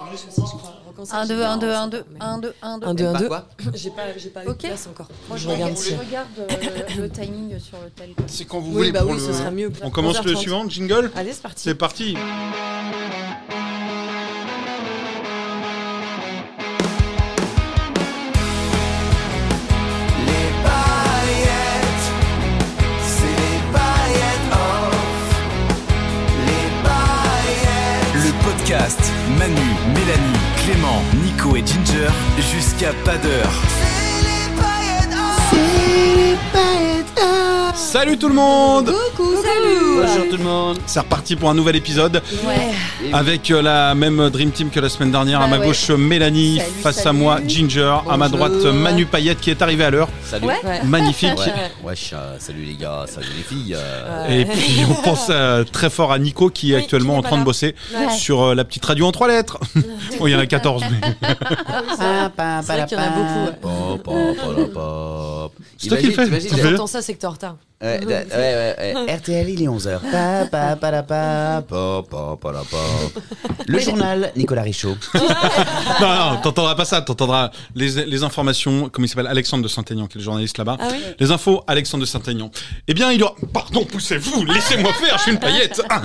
Un, 1, deux, un, deux, un, deux, un, deux, un, deux. Un, deux, un, Bah deux. quoi J'ai pas, j'ai pas eu Ok. de place encore. Je regarde je si- regarde euh, le timing sur le tel. C'est quand vous Oui, voulez bah pour oui, le- ce sera mieux. On commence le 11h30. suivant, jingle Allez, c'est parti. C'est parti Les paillettes, c'est les paillettes off. Les paillettes. Le podcast Manu, Mélanie, Clément, Nico et Ginger jusqu'à pas d'heure. C'est les paillettes off. Salut tout le monde Coucou, salut Bonjour tout le monde. C'est reparti pour un nouvel épisode Ouais, avec euh, la même Dream Team que la semaine dernière. à Bah ma ouais. gauche, Mélanie. Salut, face à salut. moi, Ginger. À ma droite, Manu Payette qui est arrivé à l'heure. Salut. Ouais. Ouais. Magnifique. Ouais. Wesh, euh, salut les gars, salut les filles. euh. Ouais. Et puis on pense euh, très fort à Nico qui est Oui, actuellement qui n'est en pas train de là. bosser Ouais. sur euh, la petite radio en trois lettres. oh, il y en a 14, mais C'est vrai qu'il y en a beaucoup. ouais. Pop, pop, pop, pop. C'est toi qui le fais. Imagine, Tu Si fais imagine, le- t'entends ça, c'est que t'es en retard. Euh, Ouais, da- ouais, ouais, ouais. RTL, il est 11h. Pa, pa, pa, la, pa, pop, pop, pa, la, pop. Le journal, Nicolas Richaud. non, non, t'entendras pas ça. T'entendras les, les informations, comme il s'appelle Alexandre de Saint-Aignan, qui est le journaliste là-bas. Ah oui Les infos, Alexandre de Saint-Aignan. Eh bien, il aura. Pardon, poussez-vous, laissez-moi faire, je suis une paillette. Ah.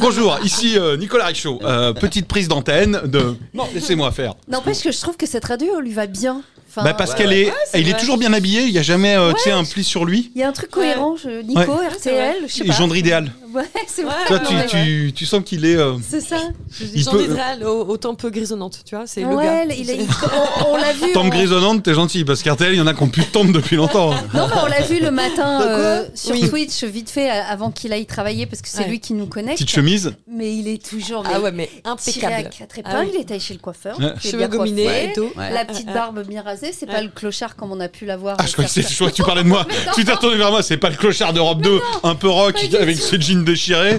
Bonjour, ici euh, Nicolas Richaud. Euh, petite prise d'antenne de. Non, laissez-moi faire. N'empêche que je trouve que cette radio lui va bien. Enfin, Bah, parce ouais, qu'elle ouais. est. il est vrai. toujours bien habillé, il n'y a jamais euh, tu sais, un pli sur lui. Il y a un truc cohérent, je- Nico, Ouais. RTL, je sais Et pas. gendre idéal. Ouais, c'est vrai. Toi, tu, Ouais, ouais. tu, tu sens qu'il est. euh, C'est ça. Il Jean peut- Dédral, au, au tempe grisonnante, tu vois, c'est le gars. Ouais, il est- on- on l'a vu. Tombe on- grisonnante, t'es gentil, parce qu'RTL, il y en a qui ont plus de tombe depuis longtemps. Non, mais on l'a vu le matin euh, sur Oui. Twitch, vite fait, euh, avant qu'il aille travailler, parce que c'est Ouais. lui qui nous connecte. Petite chemise. Mais il est toujours. Ah mais ouais, mais tiré à impeccable. quatre Ah épingles, oui. il est allé chez le coiffeur. Ouais. il est Cheveux bien gominés coiffé. et tout. Ah, La petite barbe bien rasée, c'est pas le clochard comme on a pu l'avoir. Ah, euh, je crois que, c'est- certains- je crois que tu parlais de moi. Mais non. Tu t'es retourné vers moi, c'est pas le clochard d'Europe 2, un peu rock, Pas du avec tout. ses jeans déchirés.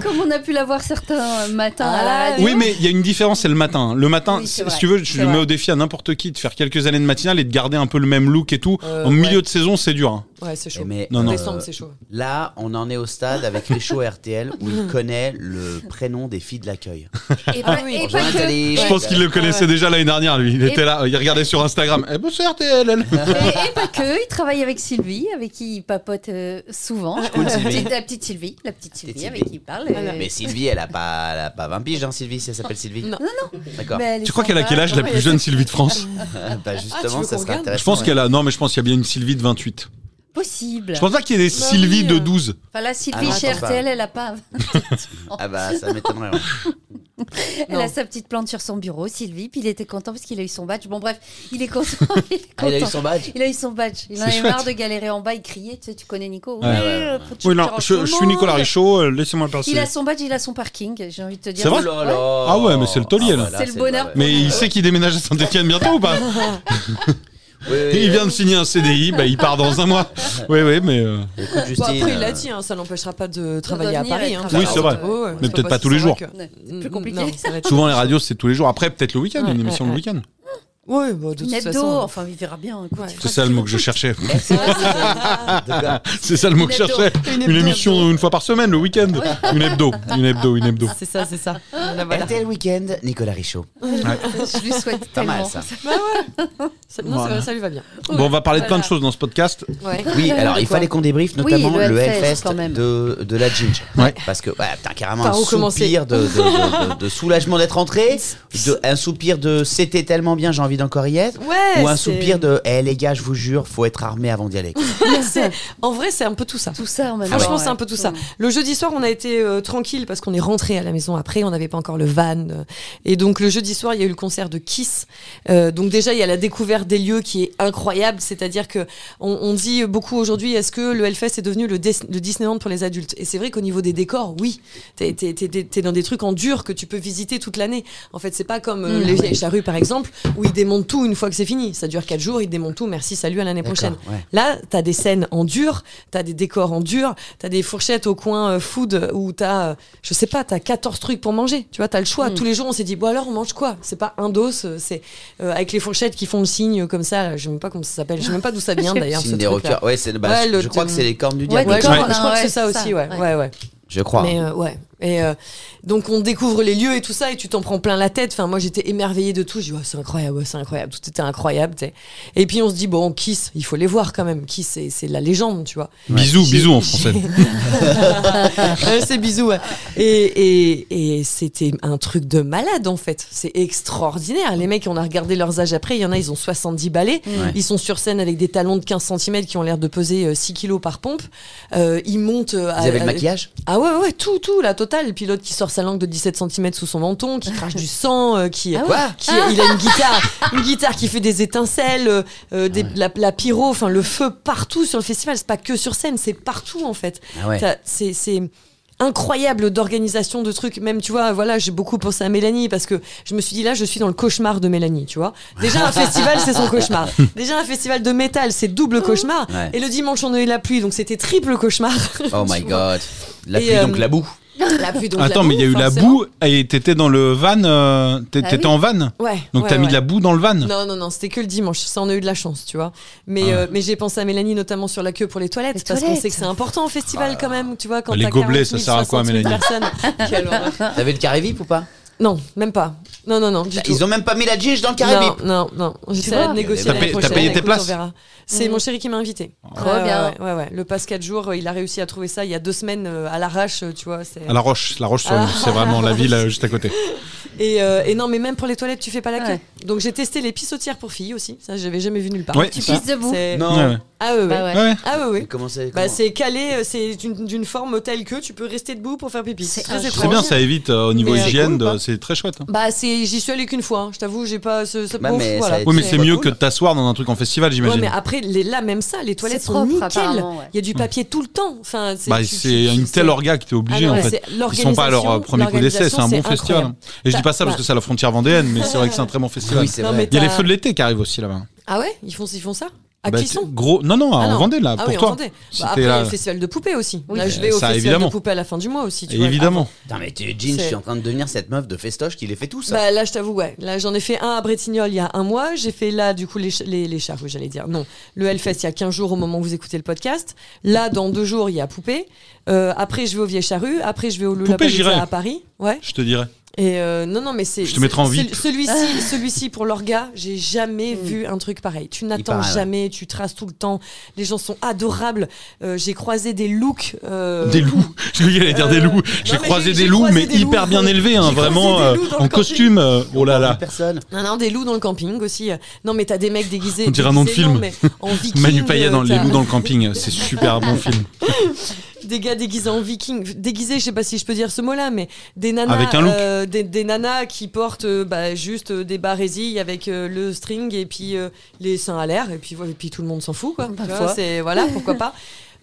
Comme on a pu l'avoir certains euh, matins à la Ah, radio. Oui, mais il y a une différence, c'est le matin. Le matin, Oui, si c'est vrai, si tu veux, je c'est mets vrai. au défi à n'importe qui de faire quelques années de matinale et de garder un peu le même look et tout. Euh, en milieu ouais. de saison, c'est dur. hein. Ouais, c'est chaud. Mais, Non, non. Décembre, c'est chaud. Là, on en est au stade avec Richaud RTL où il connaît le prénom des filles de l'accueil. Et Ah pas, oui. et Bonjour, pas que. Nathalie. Je pense qu'il le connaissait déjà l'année dernière, lui. Il Et- Ah. était là, il regardait sur Instagram. Eh ben, c'est RTL, elle. Et, et pas que, il travaille avec Sylvie, avec qui il papote euh, souvent. cool, Sylvie. La petite- La petite Sylvie, la petite Sylvie, Sylvie. avec qui il Ah, parle. euh, Mais Sylvie, elle a pas, elle a pas 20 piges, hein, Sylvie, si elle s'appelle Sylvie. Non. non. D'accord. mais elle est Tu crois qu'elle a sympa. quel âge la Ouais, plus jeune Sylvie de France Bah, Ah, tu justement, veux ça qu'on serait regarde intéressant. Je pense ouais. qu'elle a. Non, mais je pense qu'il y a bien une Sylvie de 28. Possible. Je pense pas qu'il y ait des Bah Sylvie oui, de euh. 12. Enfin là, Ah Sylvie non, chez attends, RTL, elle a pas. Ah bah, ça m'étonnerait. ouais. Elle a sa petite plante sur son bureau, Sylvie. Puis il était content parce qu'il a eu son badge. Bon bref, il est content. Il est Ah, il a eu content. son badge. Il a eu son badge. Il en C'est avait chouette. marre de galérer en bas. Il criait. Tu, sais, tu connais Nico Ouais, ouais, faut que tu Oui, non, tires je, tout le je suis monde. Nicolas Richaud, euh, laissez-moi le passer. Il a son badge, il a son parking. J'ai envie de te dire. C'est vrai Oh là là. Ah ouais, mais c'est le taulier, là. C'est le bonheur. Mais il sait qu'il déménage à Saint-Etienne bientôt ou pas Oui, oui, Il oui. vient de signer un CDI, bah, il part dans un mois. Oui, oui, mais. euh, Écoute, Bon, Justine. après, il l'a dit, hein, ça l'empêchera pas de travailler à revenir Paris. et hein. travailler. Oui, c'est vrai. Ouais, ouais. Mais peut-être pas tous les C'est vrai jours. que- Ouais, c'est plus compliqué. Non, ça va être- Souvent les radios c'est tous les jours. Après peut-être le week-end, Ouais, une émission ouais, le ouais. week-end. Ouais, bah, de toute Une hebdo, façon. enfin, il verra bien. écoute, Ouais. il fera C'est ce ça le qu'il mot veut. que je cherchais. Eh, c'est vrai, c'est vrai. De gars. C'est ça le mot que je Une hebdo. cherchais. Une Une hebdo. émission une fois par semaine, le week-end. Une hebdo, une hebdo, une hebdo. Ah, C'est ça, c'est ça. Voilà, voilà. RTL Weekend, Nicolas Richaud. Je lui souhaite Pas mal, tellement. ça. Ça- Non, c'est Voilà. vrai, ça lui va bien. Bon, on va parler de plein de choses dans ce podcast. Ouais. Oui, alors il fallait qu'on débriefe Oui, le notamment le Hellfest, Hellfest quand même. de, de la Ginge. Ouais. Parce que, ouais, putain, carrément Par un où commencer soupir de, de, de- de- de soulagement d'être entré, de- un soupir de c'était tellement bien, j'ai envie envie d'encore y être Ouais, Ou un c'est- soupir de Eh les gars, je vous jure, faut être armé avant d'y aller. quoi. C'est- En vrai, c'est un peu tout ça. Tout ça en même temps. Franchement, c'est Ah ouais. un peu tout ça. Le jeudi soir, on a été euh, tranquille parce qu'on est rentré à la maison après, on n'avait pas encore le van. euh, Et donc, le jeudi soir, il y a eu le concert de Kiss. Euh, donc, déjà, il y a la découverte des lieux qui est incroyable. C'est-à-dire que on, on dit beaucoup aujourd'hui, est-ce que le Hellfest est devenu le, Dis- le Disneyland pour les adultes Et c'est vrai qu'au niveau des décors, oui. T'es t'es- t'es- t'es- t'es dans des trucs en dur que tu peux visiter toute l'année. En fait, c'est pas comme euh, les vieilles charrues, par exemple, où ils démontent tout une fois que c'est fini. Ça dure quatre jours, ils démontent tout. Merci, salut, à l'année D'accord, prochaine. ouais. Là, t'as des scènes en dur, t'as des décors en dur, t'as des fourchettes au coin euh, food où t'as, euh, je sais pas, t'as 14 trucs pour manger. Tu vois, t'as le choix. Tous les jours, on s'est dit, bon alors, on mange quoi C'est pas un dos, euh, c'est euh, avec les fourchettes qui font le signe euh, comme ça. Je sais même pas comment ça s'appelle. Je sais même pas d'où ça vient d'ailleurs. Signe ce des truc-là. rockers. Ouais, c'est- bah, Ouais, je- le- je crois que c'est les cornes du Ouais, diable. Ouais, je, Cornes, crois- je crois que ouais, c'est ça c'est aussi, ça, ouais, ouais. ouais, ouais. Je crois. Mais euh, ouais. Et, euh, donc on découvre les lieux et tout ça et tu t'en prends plein la tête. Enfin moi j'étais émerveillée de tout. Je dis Ouais, c'est incroyable, ouais, c'est incroyable, tout était incroyable. tu sais. Et puis on se dit bon Kiss, il faut les voir quand même. Kiss c'est c'est la légende tu vois. Bisous, J'ai- bisous en j'ai- français. Ouais, c'est bisous. ouais. Et, et, et c'était un truc de malade en fait. C'est extraordinaire. Les mecs, on a regardé leurs âges après. Il y en a, ils ont 70 balais. Ils sont sur scène avec des talons de 15 cm qui ont l'air de peser euh, 6 kilos par pompe. Euh, ils montent. euh, à- Vous avez le à- maquillage ah ouais, ouais, tout, tout, la totale. Le pilote qui sort sa langue de 17 cm sous son menton, qui crache du sang, euh, qui, Ah. ouais Ah. qui il a une guitare, une guitare qui fait des étincelles, euh, euh, des- la, la pyro, enfin le feu partout sur le festival. C'est pas que sur scène, c'est partout en fait. Ah ouais. Ça- C'est c'est incroyable d'organisation de trucs. Même tu vois, voilà, j'ai beaucoup pensé à Mélanie parce que je me suis dit là, je suis dans le cauchemar de Mélanie, tu vois. Déjà un festival, c'est son cauchemar. Déjà un festival de métal, c'est double cauchemar. Ouais. Et le dimanche, on a eu la pluie, donc c'était triple cauchemar. Oh my Tu vois. god. La Et, pluie, donc euh, la boue. La pluie, donc, Attends, la mais il y a eu la forcément. Bah boue et t'étais dans le van. euh, t'é- Ah T'étais oui. en van Ouais. Donc ouais, t'as mis ouais. de la boue Ah. dans le van Non, non, non, c'était que le dimanche. Ça, on a eu de la chance, tu vois. Mais, euh, mais j'ai pensé à Mélanie, notamment sur la queue pour les toilettes, Les parce qu'on toilettes. sait que c'est important au festival quand même, tu vois. Quand Bah, Les t'as gobelets, 40 ça sert à quoi, 000, Mélanie 60 000 personnes. Quelle horreur. T'avais le carré VIP ou pas Non, même pas. Non, non, non. Bah, Du tout. Ils ont même pas mis la ginge dans le carré Non, VIP. non, non. J'essaierai de vois Mm. négocier. T'as l'année payé- t'as prochaine. payé tes Écoute, places on verra. C'est mon chéri qui m'a invité. Trop bien. Ouais, ouais, ouais. Le passe 4 jours, euh, il a réussi à trouver ça il y a deux semaines euh, à l'arrache, euh, tu vois. c'est- À La Roche, La Roche, c'est Ah. vraiment la ville euh, juste à côté. Et, euh, et non, mais même pour les toilettes, tu fais pas la queue. Ouais. Donc j'ai testé les pissotières pour filles aussi. Ça, j'avais jamais vu nulle part. Ouais. Tu Ça. pisses debout. C'est- Non. Ouais, ouais. Ah ouais, ouais. Bah ouais. Ouais. Ah ouais, ouais. Comment c'est Bah, comment- c'est calé, euh, c'est d'une d'une forme telle que tu peux rester debout pour faire pipi. C'est C'est très un étrange. C'est bien, ça évite euh, au niveau Mais, euh, hygiène, cool ou de- pas c'est très chouette. hein. Bah c'est, j'y suis allée qu'une fois. hein. Je t'avoue, j'ai pas ce, ce Bah, ouf, mais ça voilà. a été- Oui, mais c'est Ouais, mieux cool. que de t'asseoir dans un truc en festival, Ouais, j'imagine. mais après, les, là même ça, les toilettes C'est sont propre, nickel. apparemment, ouais. Il y a Hmm. du papier tout le temps. Enfin, c'est Bah, tu- c'est tu- une c'est- telle orga que t'es obligé Ah non, en fait. c'est- Ils sont pas à leur euh, premier coup d'essai, c'est un bon l'organisation, c'est festival. incroyable. Et je dis pas ça Bah, parce que c'est à la frontière vendéenne, mais c'est vrai que c'est un très bon festival. Oui, c'est Non, vrai. mais- Il y a les t'as- feux de l'été qui arrivent aussi là-bas. Ah ouais, ils font, ils font ça. À Bah, qui t'es- sont Gros, non, non, Ah on non. vendait là, Ah pour oui, en toi. Vendée. Bah, C'était après, il y a là- le festival de poupées aussi. Oui. Là, je vais Euh, au ça, festival évidemment. de poupées à la fin du mois aussi. Tu vois. Évidemment. Putain, mais t'es jeans, je suis en train de devenir cette meuf de festoche qui les fait tous. Bah, là, je t'avoue, ouais. Là, j'en ai fait un à Bretignolles il y a un mois. J'ai fait là, du coup, les, ch- les, les chars, oui, j'allais dire. Non, le Hellfest il y a 15 jours au moment où vous écoutez le podcast. Là, dans deux jours, il y a Poupée. Euh, après, je vais au Vieille Charrue. Après, je vais au j'irai. Lollapalooza à Paris. Ouais. Je te dirais. Et euh, non, non, mais c'est. Je te mettrai en c'est- VIP. Celui-ci, celui-ci pour l'orga, j'ai jamais vu un truc pareil. Tu n'attends Mm. paraît, ouais. jamais, tu traces tout le temps. Les gens sont adorables. Euh, j'ai croisé des looks. euh, Des loups. Je croyais qu'il allait dire des Euh, loups. non, J'ai mais croisé j'ai- des j'ai loups, croisé mais des loups. hyper bien élevés, hein, J'ai croisé vraiment, des euh, loups dans en le costume. euh, Oh là là. Personne. Non, non, des loups dans le camping aussi. Non, mais t'as des mecs déguisés. On dirait un nom de déguisés, non, film. mais en viking. Manu Payet dans euh, Les t'as loups dans le camping, c'est super bon film. Des gars déguisés en viking. Déguisés, je sais pas si je peux dire ce mot-là, mais des nanas. Avec un look. euh, des, des nanas qui portent euh, bah, juste euh, des barésilles avec euh, le string et puis euh, les seins à l'air. Et puis, ouais, et puis tout le monde s'en fout, quoi. Tu vois, Parfois. c'est, voilà, pourquoi pas.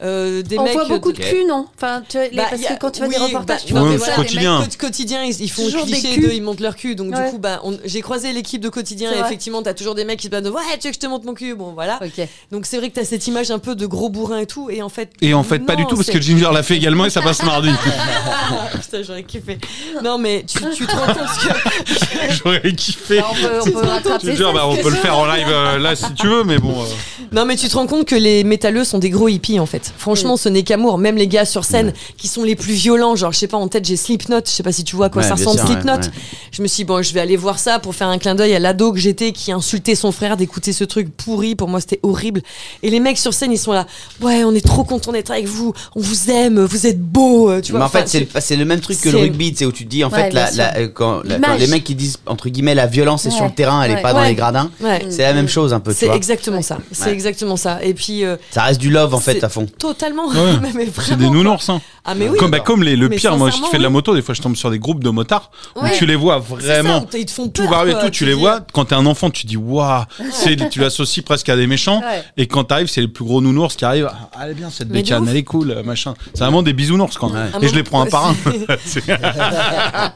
Euh, des Bah, On mecs voit beaucoup de Ok. cul, non Enfin, tu vois, les- Bah, parce y a- que quand tu vois oui, des reportages, bah, tu non, vois mais des voilà, mecs- quotidien. co- quotidien, ils, ils font Toujours des cliché culs. de ils montent leur cul. Donc Ouais. du coup, bah, on- j'ai croisé l'équipe de quotidien C'est et vrai. effectivement, t'as toujours des mecs qui se battent de ouais, tu veux que je te monte mon cul, bon voilà. Ok. Donc c'est vrai que t'as cette image un peu de gros bourrin et tout, et en fait. Et en fait, pas non, du tout, parce c'est- que Ginger l'a fait également et ça passe mardi. Ah, putain, j'aurais kiffé. Non, mais tu, tu te rends compte que. J'aurais Bah, kiffé. On peut, on peut rattraper Ginger, ça. bah, on peut le faire en live euh, là si tu veux, mais bon. euh, Non, mais tu te rends compte que les métalleux sont des gros hippies en fait. paillettes. Franchement, ce n'est qu'amour. Même les gars sur scène qui sont les plus violents, genre, je sais pas, en tête, j'ai Slipknot. Je sais pas si tu vois à quoi Ouais, ça bien ressemble, sûr, ouais, Slipknot. ouais. Je me suis dit, bon, je vais aller voir ça pour faire un clin d'œil à l'ado que j'étais qui insultait son frère d'écouter ce truc pourri. Pour moi, c'était horrible. Et les mecs sur scène, ils sont là, ouais, on est trop content d'être avec vous. On vous aime, vous êtes beaux. euh, Tu vois, mais en Enfin, fait, c'est le- c'est le même truc que le c'est- rugby, c'est où tu dis en Ouais, fait la- bien la- euh, quand, la- quand L'image. les mecs qui disent entre guillemets la violence est sur Ouais. le terrain, elle est Ouais. pas dans Ouais. les gradins. Ouais. C'est la même chose un peu. Tu C'est vois. exactement ça. C'est Ouais. exactement ça. Et puis. euh, Ça reste du love en fait c'est à fond. Totalement. Ouais. Mais- mais C'est vraiment, des quoi. nounours, hein. Ah, mais oui. Comme, bah, comme les, le Mais pire, moi, je fais sincèrement, de la oui. moto, des fois, je tombe sur des groupes de motards Ouais. où tu les vois C'est ça, vraiment. ils te font tout peur, barbé et quoi, tout, tu les dis- vois. Quand t'es un enfant, tu dis waouh, c'est- tu l'associes presque à des méchants. Ouais. Et quand t'arrives, c'est les plus gros nounours qui arrivent. Ah, elle est bien cette Mais de bécane, ouf. Ah, elle est cool, euh, machin. C'est vraiment des bisounours quand même. À un Et je moment- les prends un par un. À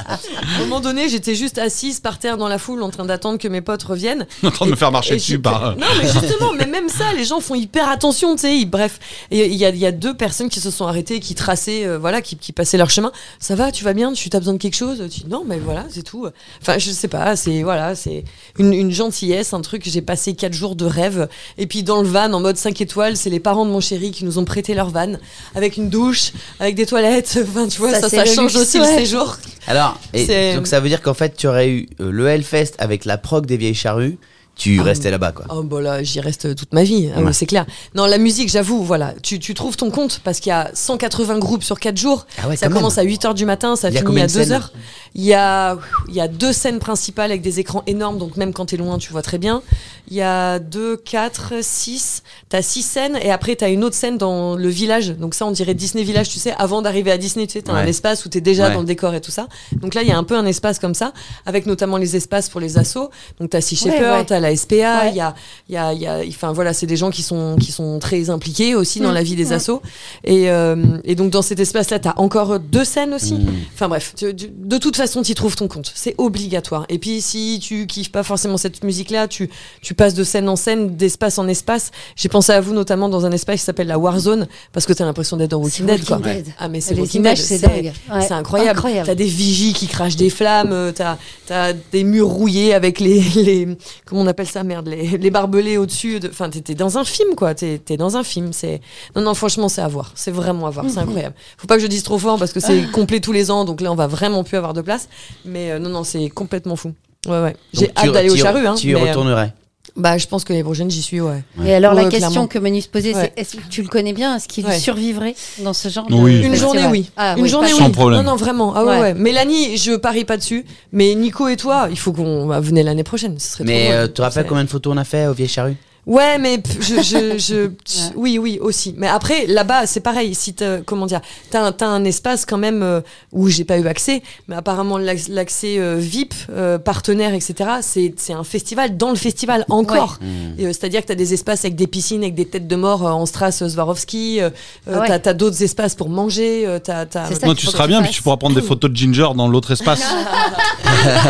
un moment donné, j'étais juste assise par terre dans la foule en train d'attendre que mes potes reviennent. En train de me faire marcher Et dessus j'étais- par. euh, Non, mais justement, mais même ça, les gens font hyper attention, tu sais. ils- Bref, Et il y a, il y a deux personnes qui se sont arrêtées, qui traçaient, euh, voilà, qui, qui passaient leur chemin. Ça va, tu vas bien, tu as besoin de quelque chose Tu dis, Non, mais voilà, c'est tout. Enfin, je sais pas, c'est voilà, c'est une, une gentillesse, un truc. J'ai passé quatre jours de rêve. Et puis dans le van, en mode 5 étoiles, c'est les parents de mon chéri qui nous ont prêté leur van avec une douche, avec des toilettes. Enfin, tu vois, Ça, ça, c'est ça, le change luxe, aussi ouais. le séjour. Alors, et C'est- donc ça veut dire qu'en fait, tu aurais eu euh, le Hellfest avec la prog des vieilles charrues, tu restais là-bas quoi. Oh bah là, j'y reste toute ma vie, Ah oui, c'est clair. Non, la musique, j'avoue, voilà, tu, tu trouves ton compte parce qu'il y a 180 groupes sur 4 jours. Ah ouais, ça quand commence même. à 8 heures du matin, ça Il y a finit combien à de 2 scènes heures. Il y a, il y a deux scènes principales avec des écrans énormes, donc même quand t'es loin, tu vois très bien. Il y a 2, 4, 6, t'as 6 scènes et après t'as une autre scène dans le village. Donc ça, on dirait Disney Village, tu sais, avant d'arriver à Disney, tu sais, t'as un Ouais. espace où t'es déjà Ouais. dans le décor et tout ça. Donc là, il y a un peu un espace comme ça, avec notamment les espaces pour les assos. Donc t'as Sea Ouais, Shepherd, ouais. t'as la SPA, Ouais. il y a, il y a, il y a, enfin voilà, c'est des gens qui sont qui sont très impliqués aussi Mm. dans la vie des assos. Et, euh, et donc dans cet espace-là, t'as encore deux scènes aussi. Enfin bref, tu- tu- de toute façon, t'y trouves ton compte. C'est obligatoire. Et puis si tu kiffes pas forcément cette musique-là, tu tu passes de scène en scène, d'espace en espace. J'ai pensé à vous notamment dans un espace qui s'appelle la Warzone parce que t'as l'impression d'être dans Walking C'est Dead. Quoi. Walking Dead. Ah mais c'est Les Walking images, Dead, c'est c'est dingue. Ouais. c'est incroyable. Incroyable. T'as des vigies qui crachent des flammes, euh, t'as as des murs rouillés avec les, les comment on appelle ça merde les, les barbelés au-dessus. de- Enfin t'es t'es dans un film quoi, t'es t'es dans un film. C'est non non franchement c'est à voir, c'est vraiment à voir, Mhm. c'est incroyable. Faut pas que je dise trop fort parce que Ah. c'est complet tous les ans, donc là on va vraiment plus avoir de place. Mais euh, non non c'est complètement fou. Ouais ouais. J'ai Donc, tu- hâte d'aller au tu- charru hein. Tu y mais, euh, retournerais. bah je pense que les prochaines j'y suis ouais. Et alors, la Ouais, question clairement. que Manu se posait, Ouais. c'est est-ce que tu le connais bien Est-ce qu'il Ouais. survivrait dans ce genre de Oui. Une Une festival journée, oui. Ah, une oui, journée, pas- oui. Sans problème. Non, non, vraiment. Ah ouais, Ouais. ouais. Mélanie, je parie pas dessus. Mais Nico et toi, il faut qu'on bah, venez l'année prochaine. Ce serait Mais trop euh, drôle. tu te rappelles C'est- combien de photos on a fait aux vieilles charrues Ouais, mais p- je, je, je, je- oui, oui, aussi. Mais après, là-bas, c'est pareil. Si t'as, comment dire, t'as un, t'as un espace quand même euh, où j'ai pas eu accès, mais apparemment l'ac- l'accès euh, VIP, euh, partenaire, etc. C'est, c'est un festival dans le festival encore. Mmh. Et, euh, c'est-à-dire que t'as des espaces avec des piscines, avec des têtes de mort euh, en strass euh, Swarovski. Euh, euh, Ah ouais. t'as, t'as d'autres espaces pour manger. euh, t'as, t'as, C'est ça Non, qu'il tu faut que seras tu bien, puis fasses. tu pourras prendre des photos de Ginger dans l'autre espace.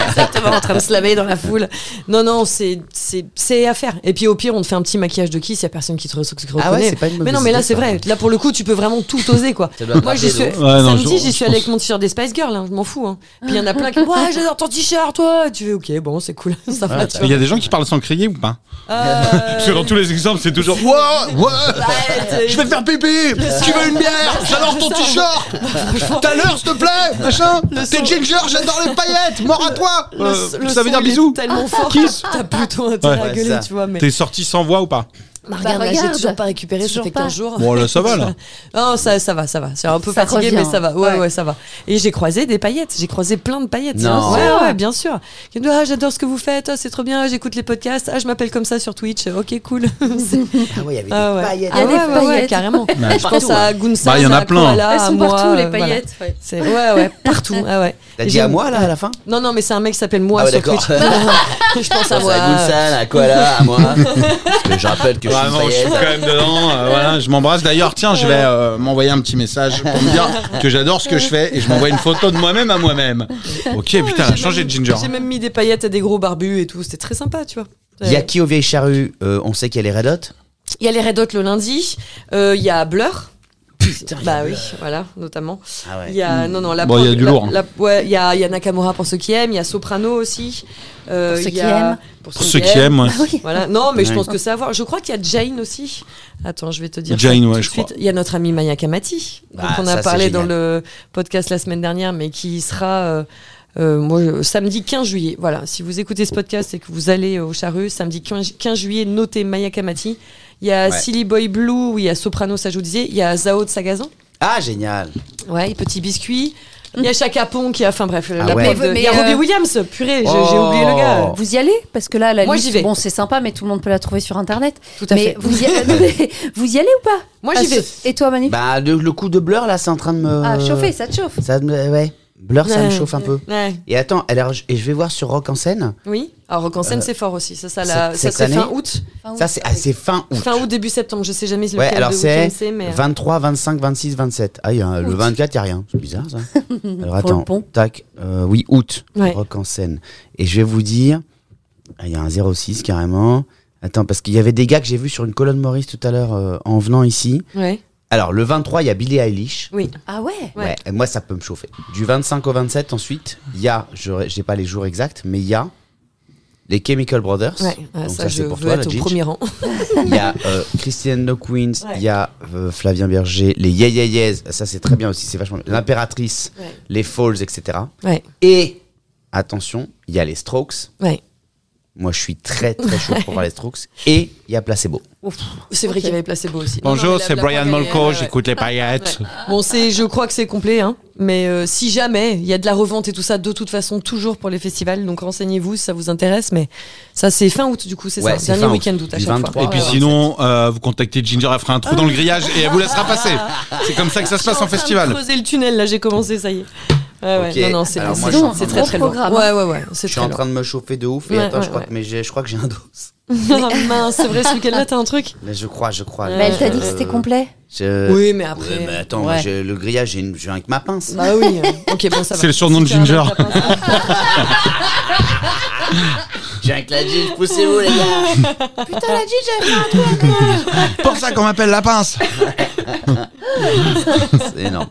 Exactement, en train de se laver dans la foule. Non, non, c'est- c'est c'est à faire. Et puis au pire, on te fait un petit maquillage de kiss, il n'y a personne qui te re- qui te reconnaît. Ah ouais, c'est pas une mauvaise mais non, mais là, idée, c'est ça. vrai. Là, pour le coup, tu peux vraiment tout oser, quoi. Ça doit Moi, attraper j'y suis. de ouf. Ouais, non, samedi, je- j'y suis je allée avec mon t-shirt des Spice Girls, hein, je m'en fous. hein. Puis il y en a plein qui Ouais, j'adore ton t-shirt, toi. Tu fais, ok, bon, c'est cool. Ça va, tu Il y vois. a des gens qui parlent sans crier ou pas Euh, Parce que dans tous les exemples, c'est toujours Wouah Wouah ouais, Je vais te faire pipi Tu veux une bière J'adore ton t-shirt T'as l'heure, s'il te plaît Machin T'es Ginger, j'adore les paillettes Mort à toi le- Euh, le Ça son, veut dire il est bisous tellement fort. Kiss. T'as plutôt intérêt Ouais, à ouais, gueuler, ça. tu vois. Mais... T'es sorti sans voix ou pas Bah, regarde, Bah, là, j'ai regarde. toujours pas récupéré, ça Toujours fait pas. 15 jours. Bon, là, ça va, là. Non, ça, ça va, ça va. C'est un peu Ça fatigué, revient. mais ça va. Ouais, Ouais. ouais, ça va. Et j'ai croisé des paillettes. J'ai croisé plein de paillettes. Non. Ouais, ouais, bien sûr. Qui me disent, ah, j'adore ce que vous faites. Ah, c'est trop bien. J'écoute les podcasts. Ah, je m'appelle comme ça sur Twitch. Ok, cool. C'est- Ah ouais, il y avait ah, ouais. des paillettes. Ah, Il y a des ouais, ouais, ouais, paillettes. carrément. je Partout, pense à Gounsa. Bah, il y en a à plein. Koala, Elles à sont moi, partout, les euh, voilà. paillettes. ouais. C'est- Ouais, ouais, partout. Ah, ouais. T'as Et dit j'ai- à moi là à la fin Non, non, mais c'est un mec qui s'appelle moi Ah ouais, sur d'accord. Twitch. je pense à Ça moi. à Goulsan, à Koala, à moi. Parce que je rappelle que je suis Vraiment, une Bah je suis paillette. quand même dedans. euh, voilà, je m'embrasse. D'ailleurs, tiens, je vais euh, m'envoyer un petit message pour me dire que j'adore ce que je fais et je m'envoie une photo de moi-même à moi-même. Ok, putain, J'ai changé même- de Ginger. hein. J'ai même mis des paillettes à des gros barbus et tout. C'était très sympa, tu vois. Il y a qui aux vieilles euh, charrues Euh, On sait qu'il y a les Red Hot. Il y a les Red Hot le lundi, euh, il y a Blur. Putain, il y a bah de oui, la- voilà, notamment. Ah ouais. Il y a non non la Bon, il y a prog- du la- lourd, hein. la- ouais, il y a il y a Nakamura pour ceux qui aiment, il y a Soprano aussi. Euh, Pour il ceux y qui a- aiment. Pour Pour ceux qui aiment, ouais. Voilà. Non, mais je Ouais. pense que c'est à voir. Je crois qu'il y a Jane aussi. Attends, je vais te dire. Jane, ça tout ouais, de je suite. crois. Il y a notre ami Maya Kamati, dont Ah, on ça, a c'est parlé dans génial. le podcast la semaine dernière, mais qui sera euh, euh, moi, je- samedi 15 juillet. Voilà. Si vous écoutez ce Oh. podcast et que vous allez euh, au Charru, samedi 15, 15 juillet, notez Maya Kamati. Il y a Ouais. Silly Boy Blue, où il y a Soprano Sajoudisier, il y a Zao de Sagazan. Ah, génial. Ouais, les petits biscuits. Il y a Chaka Pong qui a, enfin bref, Ah la ouais. prof Mais- de- mais, Il y a euh, Robbie Williams, purée, j'ai- j'ai Oh. oublié le gars. Vous y allez Parce que là, la Moi, liste, j'y vais. bon, c'est sympa, mais tout le monde peut la trouver sur Internet. Tout à mais fait. Vous y, non, mais vous y allez ou pas Moi, Ah, j'y vais. ce- Et toi, Manu Bah, le, le coup de Blur, là, c'est en train de me. Ah, chauffer, ça te chauffe. Ça me- euh, ouais. Blur, ça me Ouais. chauffe un peu. Ouais. Et attends, alors, je- et je vais voir sur Rock en scène. Oui. Alors, Ah, Rock en scène, c'est fort aussi. Ça, ça, la- Euh, Cette- ça cette c'est fin année août. Ça, c'est ah, c'est fin août. Fin août, début septembre. Je sais jamais si Ouais, lequel alors de c'est week-end c'est, mais. euh, 23, 25, 26, 27. Ah, il y a un- le 24, il n'y a rien. C'est bizarre, ça. Alors Pour le attends, pont. tac, euh, oui, août, Ouais. rock en scène. Et je vais vous dire, ah, il y a un 06 carrément. Attends, parce qu'il y avait des gars que j'ai vus sur une colonne Maurice tout à l'heure euh, en venant ici. Ouais. Alors, le 23, il y a Billie Eilish. Oui. Ah ouais Ouais. Ouais, et moi, ça peut me chauffer. Du 25 au 27, ensuite, il y a, je n'ai pas les jours exacts, mais il y a les Chemical Brothers. Ouais. Ah, Donc ça, ça, je c'est pour veux toi, la être au Ginge. premier rang. Il y a euh, Christiane No Queens, il Ouais. y a euh, Flavien Berger, les Yeah Yeah Yeahs, ça c'est très bien aussi, c'est vachement bien. L'Impératrice, Ouais. les Falls, etc. Ouais. Et attention, il y a les Strokes. Ouais. Moi je suis très très chaud pour voir les Strokes. Et il y a Placebo. C'est vrai qu'il y avait Placebo aussi. Non, non, Bonjour, mais la- c'est la Brian première, Molko, ouais, ouais. j'écoute les paillettes. Bon, c'est, je crois que c'est complet, hein. Mais euh, si jamais, il y a de la revente et tout ça, de toute façon, toujours pour les festivals. Donc renseignez-vous si ça vous intéresse. Mais ça, c'est fin août, du coup, c'est Ouais, ça. c'est Dernier fin août. week-end d'août à Du chaque 23. fois. Et puis sinon, euh, vous contactez Ginger, elle fera un trou dans le grillage et elle vous laissera passer. C'est comme ça que ça se passe en festival. Creuser le tunnel, là, j'ai commencé, ça y est. Ouais, ouais. Ok. Non, non, c'est, Alors, c'est- c'est moi, je suis en train très, de- très lourd. Programme. hein. Ouais, ouais, ouais. C'est Je suis très en lourd. train de me chauffer de ouf. Et Ouais, attends, je, ouais, crois ouais. que, mais j'ai- je crois que j'ai un dos. Ah, mince, c'est vrai, ce week-end-là, t'as un truc Mais je crois, je crois. Mais Bah, elle t'a dit que Euh, c'était complet je- Oui, mais après- Ouais, mais attends, Ouais. moi, j'ai- le grillage, j'ai une- j'ai un avec ma pince. Bah oui, ok, bon, ça va. C'est le surnom de Ginger. J'ai un avec la jean, poussez-vous les gars. Putain, la DJ Pour ça qu'on m'appelle la pince. C'est énorme.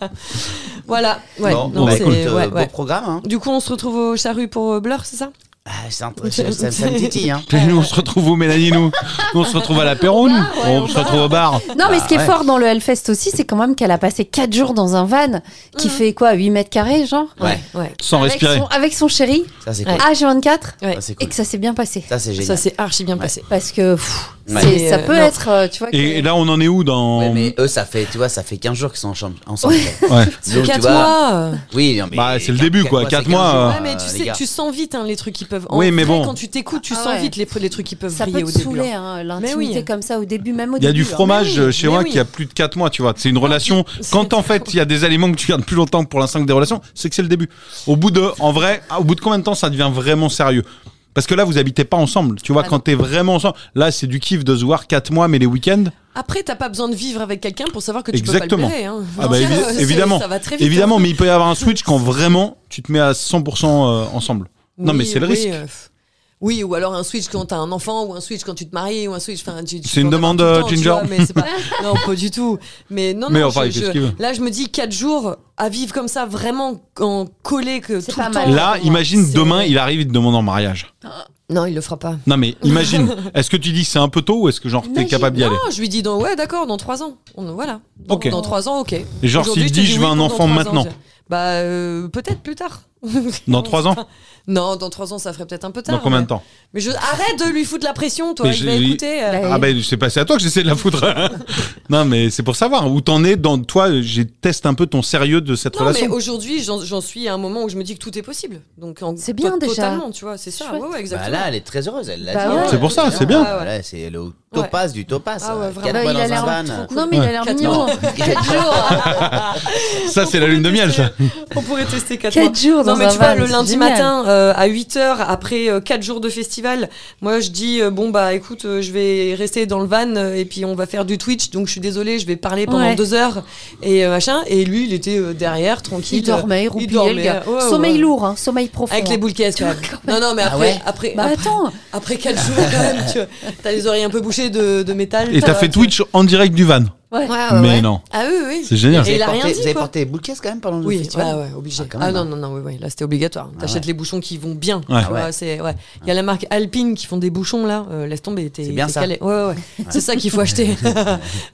Voilà, ouais. bon, non, bah, c'est- écoute, euh, ouais, ouais. beau programme. Hein. Du coup, on se retrouve au charru pour euh, Blur, c'est ça Ah, c'est un peu- ça, ça- ça me titille. Hein. Puis nous, on se retrouve où, Mélanie, nous Nous, on se retrouve à l'apéro, nous On se retrouve au bar. Non, mais ce qui ouais. est fort dans le Hellfest aussi, c'est quand même qu'elle a passé 4 jours dans un van qui fait quoi 8 mètres carrés, genre Ouais, Ouais. Sans avec respirer. son, avec son chéri, ça c'est cool. Ouais. AG24, ouais. Ça c'est et cool. que ça s'est bien passé. Ça c'est génial. Ça s'est archi bien passé. Parce que pff, Ouais. c'est- Et, ça euh, peut non. être, euh, tu vois. que- Et, et là, on en est où dans. Ouais, mais eux, ça fait, tu vois, ça fait 15 jours qu'ils sont ensemble. ensemble. Ouais. Donc, 4 tu vois, mois euh, Oui, non, mais Bah, c'est le quatre- début, quatre quoi. c'est Quatre 15 mois, jours, euh, Ouais, mais tu les sais, gars. tu sens vite hein, les trucs qui peuvent. Oui, en mais vrai, bon. Quand tu t'écoutes, tu Ah sens ouais. vite les, les trucs qui peuvent ça briller peut au te début. saouler, hein. hein, Mais l'intimité oui. comme ça au début, même au Il y a début. du hein. fromage Mais oui, chez mais moi oui. qui a plus de 4 mois, tu vois. C'est une relation. Quand en fait, il y a des aliments que tu gardes plus longtemps pour l'instant que des relations, c'est que c'est le début. Au bout de, en vrai, ah, au bout de combien de temps ça devient vraiment sérieux Parce que là, vous habitez pas ensemble. Tu vois, quand t'es vraiment ensemble, là, c'est du kiff de se voir 4 mois, mais les week-ends. Après, t'as pas besoin de vivre avec quelqu'un pour savoir que tu Exactement. peux pas le blairer, hein. Ah bah, Donc, évi- euh, c'est- évidemment. Ça va très vite. évidemment, hein. mais il peut y avoir un switch quand vraiment tu te mets à 100% euh, ensemble. non, Oui, mais c'est le oui, risque. euh, Oui, ou alors un switch quand t'as un enfant, ou un switch quand tu te maries, ou un switch. Enfin, tu- tu peux C'est une en avoir demande, tout le euh, temps, tu Ginger. vois, mais c'est pas- non, pas du tout. Mais non, Mais non, enfin, je- il fait je- ce qu'il veut. là, je me dis 4 jours à vivre comme ça, vraiment en collé que C'est tout pas le mal. temps. Là, C'est- imagine demain, il arrive et te demande en mariage. Non, il le fera pas. Non, mais imagine. est-ce que tu dis que c'est un peu tôt ou est-ce que genre t'es Imagine. capable d'y aller Non, je lui dis dans ouais, d'accord, dans 3 ans. On, voilà. Dans, Ok. dans 3 ans, ok. genre, Aujourd'hui, s'il te dit, dis je oui veux un pour dans enfant trois ans, maintenant. je- Bah, euh, peut-être plus tard. Dans 3 ans Non, dans 3 ans, ça ferait peut-être un peu tard. Dans combien de mais- temps Mais je arrête de lui foutre la pression, toi. Mais il je- va il- écouter. euh, Bah, Ah ben c'est passé à toi que j'essaie de la foutre. non mais c'est pour savoir où t'en es dans toi. J'ai teste un peu ton sérieux de cette Non, mais relation. aujourd'hui, j'en j'en suis à un moment où je me dis que tout est possible. Donc, en- C'est bien, to- déjà. Totalement, tu vois, c'est ça. Chouette. Ouais, ouais, exactement. Bah là, elle est très heureuse, elle l'a Bah dit. ouais. C'est pour ça, c'est bien. Ah ouais. Là, c'est le topaz du topaz. Ah ouais, euh, vraiment. quatre Bah, mois il a dans l'air un trop van. cool. Non, mais il a l'air Quatre mignon. mois. 4 jours. Ça c'est la lune de miel ça. On pourrait tester 4 Quatre jours Non, dans mais un tu vois, van, le c'est lundi génial. matin, euh, à 8h, après 4 jours de festival, moi, je dis, euh, bon, bah, écoute, euh, je vais rester dans le van euh, et puis on va faire du Twitch. Donc, je suis désolée, je vais parler pendant Ouais. 2 heures et euh, machin. Et lui, il était euh, derrière, tranquille. Il dormait, il roupillait le dormait. gars. Ouais, ouais, Sommeil ouais. lourd, hein, sommeil profond. Avec les hein. boules caisses, quand même. Non, non, mais après, ouais après, Bah après, attends, après 4 jours, quand même, tu vois, t'as les oreilles un peu bouchées de, de métal. Et t'as vois, fait tu- Twitch en direct du van. Ouais. Mais non. Ah oui, oui. C'est génial. Et il a Porté- rien vous dit, avez quoi. porté boule caisse quand même pendant le Oui, ouais, festival ouais, obligé. Ah, Ah, quand même, non, hein. non, non, oui, oui, là c'était obligatoire. T'achètes les bouchons qui vont bien. tu Ouais. vois, Ah ouais. c'est- ouais. Il y a la marque Alpine qui font des bouchons là. euh, laisse tomber, t'es C'est bien t'es ça. calé. Ouais, ouais, ouais. C'est ça qu'il faut acheter.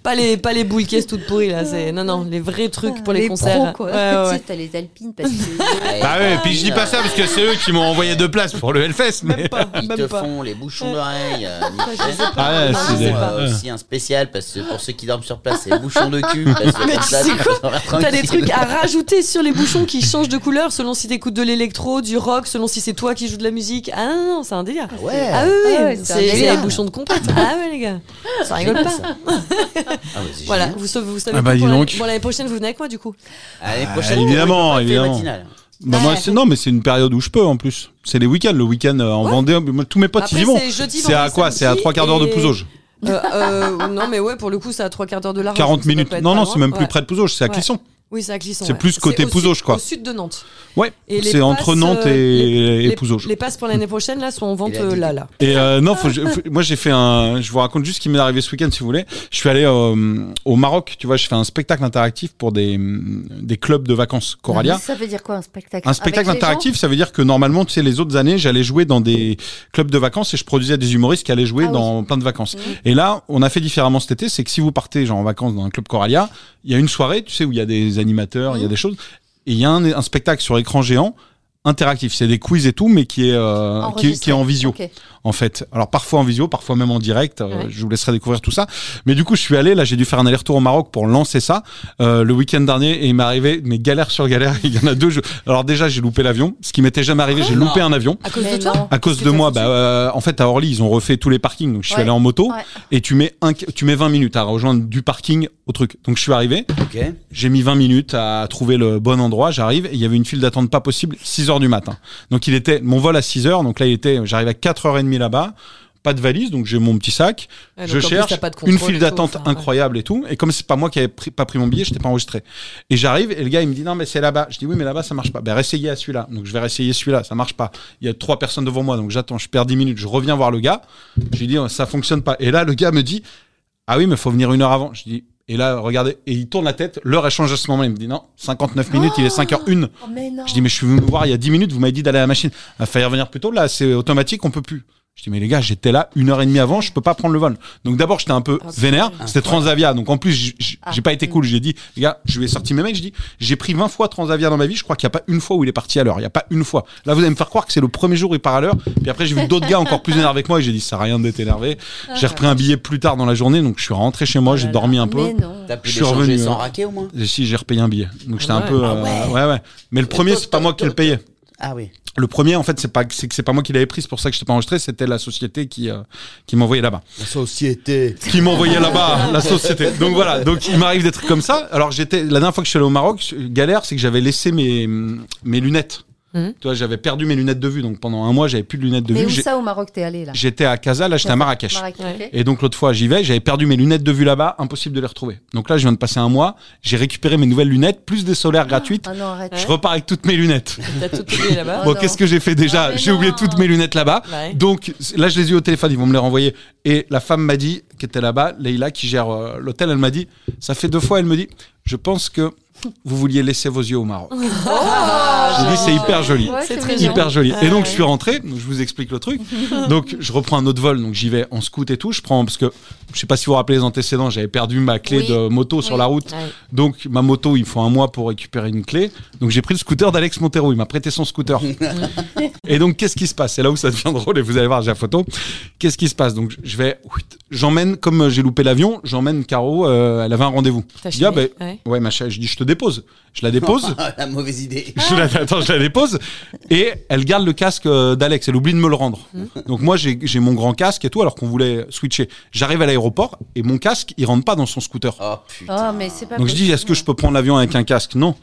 pas les pas les boules caisses toutes pourries là. C'est non, non, les vrais trucs pour les, les concerts. pros, quoi. Ouais, ouais, Tu ouais. sais, t'as les alpines parce que. Ah Bah ouais, puis euh, je dis pas ça parce que c'est eux qui m'ont envoyé deux places pour le Hellfest. Mais... Ils te font les bouchons d'oreille. euh, nickel. Ah ouais, Ils c'est font, des- euh, ouais. aussi un spécial parce que pour ceux qui dorment sur place, c'est bouchons de cul. Parce que Mais comme tu ça, sais peux quoi dormir T'as des tranquille. trucs à rajouter sur les bouchons qui changent de couleur selon si t'écoutes de l'électro, du rock, selon si c'est toi qui joues de la musique. Ah non, non, c'est un délire. Ouais. Ah oui, oui, Ah ouais, c'est un c'est c'est délire. les bouchons de complète. Ah ouais, les gars, ça rigole pas. Ah ouais, c'est Voilà, génial. vous, savez- vous savez. Ah bah, tout dis pour l'année- donc. Bon, l'année prochaine, vous venez avec moi du coup. Allez, Ah, prochaine évidemment, fois, on fait évidemment. matinale. Bah, moi, c'est- non, mais c'est une période où je peux en plus. C'est les week-ends, le week-end euh, en Vendée. Moi, Tous mes potes, Après, ils y vont. c'est jeudi, C'est à vendredi, quoi C'est à samedi, trois quarts d'heure de et- Pouzauge. Euh, euh, non, mais ouais, pour le coup, c'est à trois quarts d'heure de la 40 minutes. Non, non, c'est même plus près de Pouzauge, c'est à Ouais. Clisson. Oui, c'est à Clisson. C'est ouais. plus côté au sud- Pouzauge, quoi. Au sud de Nantes. Ouais, Et les c'est entre passes, Nantes euh, et, les- et les- Pouzauge. Les passes pour l'année prochaine, là, sont en vente Il a dit- euh, là, là. Et euh, non, faut, que je- faut- moi j'ai fait un. Je vous raconte juste ce qui m'est arrivé ce week-end si vous voulez. Je suis allé euh, au Maroc, tu vois, je fais un spectacle interactif pour des, des clubs de vacances Ah Coralia. Ça veut dire quoi un spectacle Un Avec spectacle les gens interactif, ça veut dire que normalement, tu sais, les autres années, j'allais jouer dans des clubs de vacances et je produisais des humoristes qui allaient jouer Ah dans plein de vacances. Et là, on a fait différemment cet été, c'est que si vous partez genre en vacances dans un club Coralia, il y a une soirée, tu sais, où il y a des animateurs, Mm. il y a des choses, et il y a un, un spectacle sur écran géant interactif. C'est des quiz et tout, mais qui est, euh, qui, qui est en Enregistré. visio Ok. en fait. Alors parfois en visio, parfois même en direct. euh, Ouais. Je vous laisserai découvrir tout ça. Mais du coup, je suis allé là, j'ai dû faire un aller-retour au Maroc pour lancer ça euh, le week-end dernier et il m'est arrivé mes galères sur galères. Il y en a deux. je- Alors déjà, j'ai loupé l'avion, ce qui m'était jamais arrivé. J'ai loupé un avion. À cause Mais de toi non. Ah À cause Qu'est-ce de que t'as moi, foutu bah, euh, en fait, à Orly, ils ont refait tous les parkings. Donc, je suis Ouais. allé en moto Ouais. et tu mets, un, tu mets 20 minutes à rejoindre du parking au truc. Donc, je suis arrivé. Ok. J'ai mis 20 minutes à trouver le bon endroit, j'arrive, et il y avait une file d'attente pas possible, 6 heures du matin. Donc il était, mon vol à 6 heures, donc là il était, j'arrive à 4h30 là-bas, pas de valise, donc j'ai mon petit sac, Ouais, donc, je en plus, cherche t'as pas de contrôle une et file tout, d'attente enfin, ouais. incroyable et tout, et comme c'est pas moi qui avais pris- pas pris mon billet, j'étais pas enregistré. Et j'arrive, et le gars il me dit non mais c'est là-bas, je dis oui mais là-bas ça marche pas, ben réessayez à celui-là, donc je vais réessayer celui-là, ça marche pas. Il y a trois personnes devant moi, donc j'attends, je perds 10 minutes, je reviens voir le gars, je lui dis Oh, ça fonctionne pas, et là le gars me dit ah oui, mais faut venir une heure avant. Je dis, et là, regardez, et il tourne la tête, l'heure elle change à ce moment, il me dit non, 59 minutes, il est 5h01. Oh, mais non. Je dis, mais je suis venu vous voir il y a 10 minutes, vous m'avez dit d'aller à la machine. Il fallait revenir plus tôt, là, c'est automatique, on peut plus. Je dis, mais les gars, j'étais là une heure et demie avant, je peux pas prendre le vol. Donc d'abord, j'étais un peu vénère, c'était Transavia, donc en plus, j- j- j'ai pas été cool, j'ai dit, les gars, je lui ai sorti mes mails, je dis, j'ai pris 20 fois Transavia dans ma vie, je crois qu'il y a pas une fois où il est parti à l'heure, il y a pas une fois. Là, vous allez me faire croire que c'est le premier jour où il part à l'heure, puis après, j'ai vu d'autres gars encore plus énervés que moi, et j'ai dit, ça a rien d'être énervé. J'ai repris un billet plus tard dans la journée, donc je suis rentré chez moi, j'ai dormi un peu. Mais non. T'as pu Je suis l'échanger revenu, sans hein. raquer au moins Et si j'ai repayé un billet, donc j'étais un ouais. peu, euh, ouais, ouais. Mais le premier, c'est pas moi qui le payais. Ah oui. Le premier, en fait, c'est pas c'est que c'est pas moi qui l'avais pris, c'est pour ça que je t'ai pas enregistré, c'était la société qui euh, qui m'envoyait là-bas, La société. qui m'envoyait là-bas, la société. Donc voilà, donc il m'arrive des trucs comme ça. Alors j'étais la dernière fois que je suis allé au Maroc, je- galère, c'est que j'avais laissé mes mes lunettes. Mhm. Tu vois, j'avais perdu mes lunettes de vue, donc pendant un mois, j'avais plus de lunettes de Mais vue. où J'ai- ça au Maroc t'es allé là J'étais à Casa, là j'étais à Marrakech. Marrakech. Ouais. ok. Et donc l'autre fois, j'y vais, j'avais perdu mes lunettes de vue là-bas, impossible de les retrouver. Donc là, je viens de passer un mois, j'ai récupéré mes nouvelles lunettes, plus des solaires gratuites. Ah non, arrête. Je repars avec toutes mes lunettes. T'as tout oublié là-bas. Ah Bon, non. qu'est-ce que j'ai fait déjà Ah, mais J'ai oublié non. toutes mes lunettes là-bas. Ouais. Donc c- là, je les ai eu au téléphone, ils vont me les renvoyer. Et la femme m'a dit, qui était là-bas, Leïla, qui gère euh, l'hôtel, elle m'a dit, ça fait deux fois, elle me dit, je pense que vous vouliez laisser vos yeux au Maroc. J'ai dit, c'est hyper joli. Oh. Ouais, C'est c'est très mignon. mignon. Hyper joli. Ouais, et donc ouais. je suis rentré, donc je vous explique le truc. donc je reprends un autre vol, donc j'y vais en scout et tout. Je prends parce que je sais pas si vous vous rappelez les antécédents, j'avais perdu ma clé Oui. de moto sur Oui. la route. Ouais. Donc ma moto, il faut un mois pour récupérer une clé. Donc j'ai pris le scooter d'Alex Montero, il m'a prêté son scooter. et donc qu'est-ce qui se passe C'est là où ça devient drôle et vous allez voir, j'ai la photo. Qu'est-ce qui se passe Donc je vais, j'emmène comme euh, j'ai loupé l'avion, j'emmène Caro. euh, elle avait un rendez-vous. T'as Je dis, ah, chialé, ben, ouais. ouais, ma chérie, je dis je te dépose. Je la dépose Ah, La mauvaise idée. je la, attends, je la dépose. Et elle garde le casque euh, d'Alex. Elle oublie de me le rendre. Donc moi, j'ai j'ai mon grand casque et tout, alors qu'on voulait switcher. J'arrive à l'aéroport et mon casque, il rentre pas dans son scooter. Oh putain. Oh, mais c'est pas Donc je dis, est-ce que je peux prendre l'avion avec un casque Non.